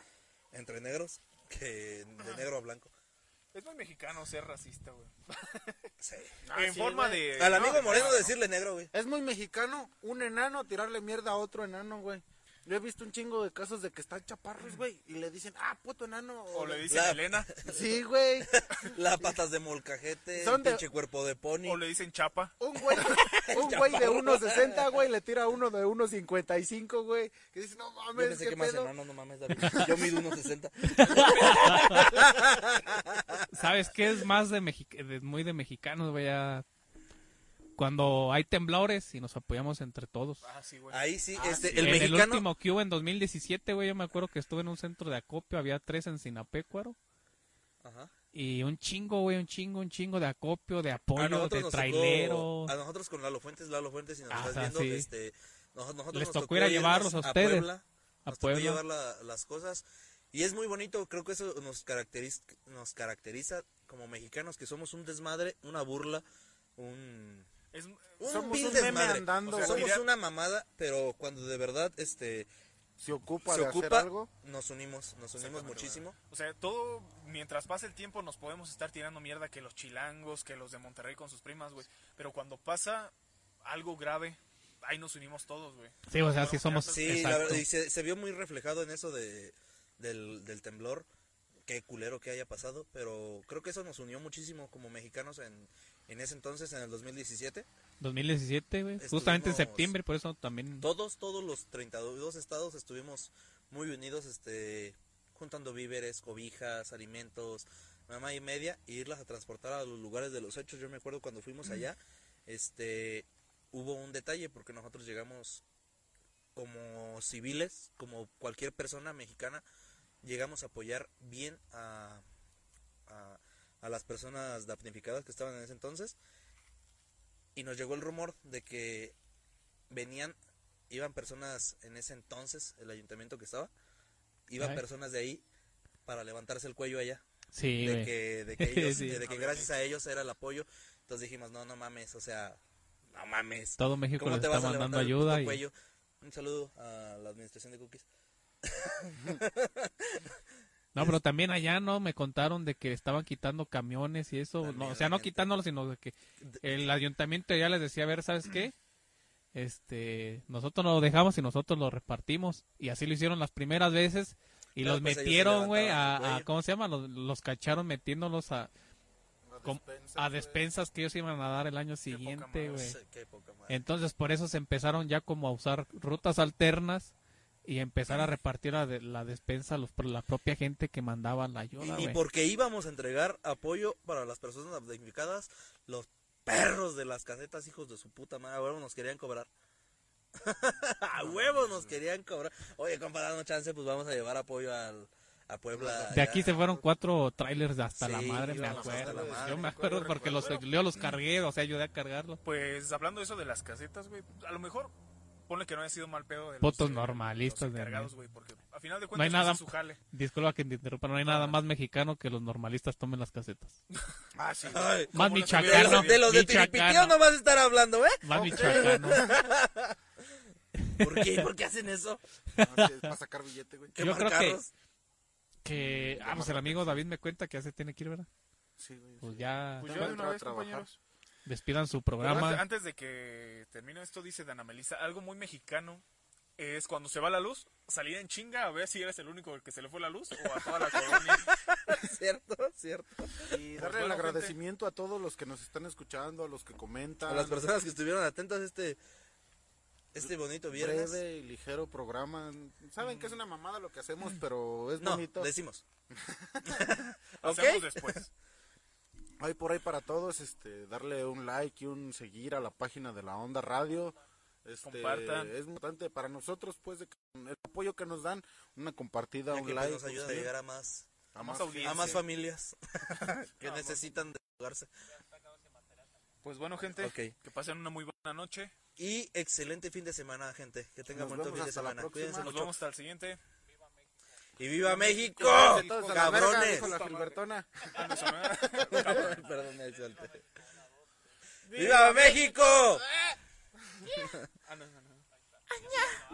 entre negros que de negro a blanco. Es muy mexicano ser racista, güey. Sí. en Ah, sí, forma güey. de... Al Eh, no, amigo de- Moreno decirle negro, güey. Es muy mexicano un enano tirarle mierda a otro enano, güey. Yo he visto un chingo de casos de que están chaparros, güey, y le dicen, ah, puto enano. O le dicen La- Elena, Sí, güey. La patas de molcajete, Son de- pinche cuerpo de pony. o le dicen Chapa. Un güey, un güey de 1.60, güey, le tira a uno de 1.55, güey. Que dice, no Yo mames, pensé qué que más pedo. enano, no mames, David. Yo mido unos 60. ¿Sabes qué es más de, mexi- de- muy de mexicanos, güey? ya? Cuando hay temblores y nos apoyamos entre todos. Ah, sí, güey. Ahí sí, este, el en el mexicano... último que hubo en 2017, güey, yo me acuerdo que estuve en un centro de acopio, había tres en Sinapecuaro. Ajá. Y un chingo, güey, un chingo, un chingo de acopio, de A apoyo, Ah, nosotros de nos trailero. tocó- a nosotros con Lalo Fuentes, Lalo Fuentes, si nos Ajá, estás viendo, sí. este, nos- nosotros Les nos tocó ir a llevarlos irnos a ustedes, Puebla, a nos tocó Puebla. llevar la- las cosas. Y es muy bonito, creo que eso nos caracteriza, nos caracteriza como mexicanos, que somos un desmadre, una burla, un... Es- Un Somos vil un meme desmadre. andando, O sea, güey. somos una mamada, pero cuando de verdad este Se ocupa se de ocupa, hacer algo. nos unimos, nos unimos muchísimo. O sea, todo, mientras pasa el tiempo, nos podemos estar tirando mierda que los chilangos, que los de Monterrey con sus primas, güey. Pero cuando pasa algo grave, ahí nos unimos todos, güey. Sí, o sea, sí Bueno, somos... pues, Sí, la exacto. verdad, y se, se vio muy reflejado en eso de, del, del temblor. Qué culero que haya pasado, pero creo que eso nos unió muchísimo como mexicanos en, en ese entonces, en el 2017. 2017, güey. Justamente en Estuvimos- septiembre, por eso también... Todos, todos los 32 estados estuvimos muy unidos, este, juntando víveres, cobijas, alimentos, mamá y media, e irlas a transportar a los lugares de los hechos. Yo me acuerdo cuando fuimos allá, este, hubo un detalle porque nosotros llegamos como civiles, como cualquier persona mexicana, llegamos a apoyar bien a, a, a las personas damnificadas que estaban en ese entonces. Y nos llegó el rumor de que venían, iban personas en ese entonces, el ayuntamiento que estaba, iban Ay. personas de ahí para levantarse el cuello allá. Sí, de, güey. que, de que ellos- Sí. de que gracias a ellos era el apoyo. Entonces dijimos, no, no mames, o sea, no mames. Todo México ¿Cómo les te está vas a mandando levantar el puto ayuda. y- cuello? Un saludo a la administración de cookies. No, pero también allá no me contaron de que estaban quitando camiones y eso. También No, o sea, la no gente. quitándolos, sino de que el ayuntamiento ya les decía, a ver, ¿sabes qué? Este, nosotros no lo dejamos y nosotros lo repartimos. Y así lo hicieron las primeras veces. Y Pero los pues ellos se metieron, güey, levantaban el a, a- cuello. ¿cómo se llama? Los, los cacharon metiéndolos a, com- a despensas que ellos iban a dar el año poca siguiente, madre. güey. Qué poca madre. Entonces por eso se empezaron ya como a usar rutas alternas y empezar a repartir la, de- la despensa a los, por la propia gente que mandaba la ayuda, y, y güey. porque íbamos a entregar apoyo para las personas damnificadas, los perros de las casetas, hijos de su puta madre, a huevo nos querían cobrar. a huevo nos querían cobrar. Oye, comparando chance, pues vamos a llevar apoyo al, a Puebla. De allá. aquí se fueron cuatro trailers de hasta la Sí, madre, me íbamos hasta acuerdo. la madre, Yo me recuerdo, acuerdo porque los, recuerdo. yo los cargué, o sea, ayudé a cargarlos. Pues hablando de eso de las casetas, güey, a lo mejor ponle que no haya sido mal pedo de los, Putos eh, normalistas los de encargados, güey, porque a final de No hay cuentas nada- es su jale. Disculpa que te interrumpa, no hay nada más mexicano que los normalistas tomen las casetas. Ah, sí. Ay, Más no de, sabía? michoacano, los, de los de Tiripiteo michoacano, no vas a estar hablando, ¿eh? más michoacano. ¿Por qué? ¿Por qué hacen eso? para sacar billete, güey. ¿Qué Yo creo que- marcarros? Que, ah, pues el amigo David me cuenta que ya se tiene que ir, ¿verdad? Sí, güey. Pues ya Pues ya de una Entra a vez, trabajar. compañeros. despidan su Pero Antes, programa. antes de que termine esto, dice Dana Melissa, algo muy mexicano es cuando se va la luz, salir en chinga a ver si eres el único al que se le fue la luz o a toda la colonia. Cierto, cierto. Y darle el Pues bueno, gente. agradecimiento a todos los que nos están escuchando, a los que comentan. A las personas que estuvieron atentas a este, este bonito viernes. Breve y ligero programa. Saben que es una mamada lo que hacemos, pero es No, bonito. decimos. ¿Ok? Hacemos después. Hoy por ahí para todos, este, darle un like y un seguir a la página de la Onda Radio. Este, Compartan. Es importante para nosotros, pues, de que- el apoyo que nos dan, una compartida, Ya un que, pues, like. nos ayudan a pues, llegar a más, a más audiencia. a más familias que necesitan desfogarse. Pues bueno, gente, Ok. que pasen una muy buena noche. Y excelente fin de semana, gente. Que tengan Nos bonito vemos fin de hasta la semana. próxima. Cuídense Nos mucho. vemos hasta el siguiente. Y viva México, Todos a la verga, cabrones. dijo la Gilbertona. Ah, no, se me- Perdón, me solté. ¡Viva México! Ah, no, no, no.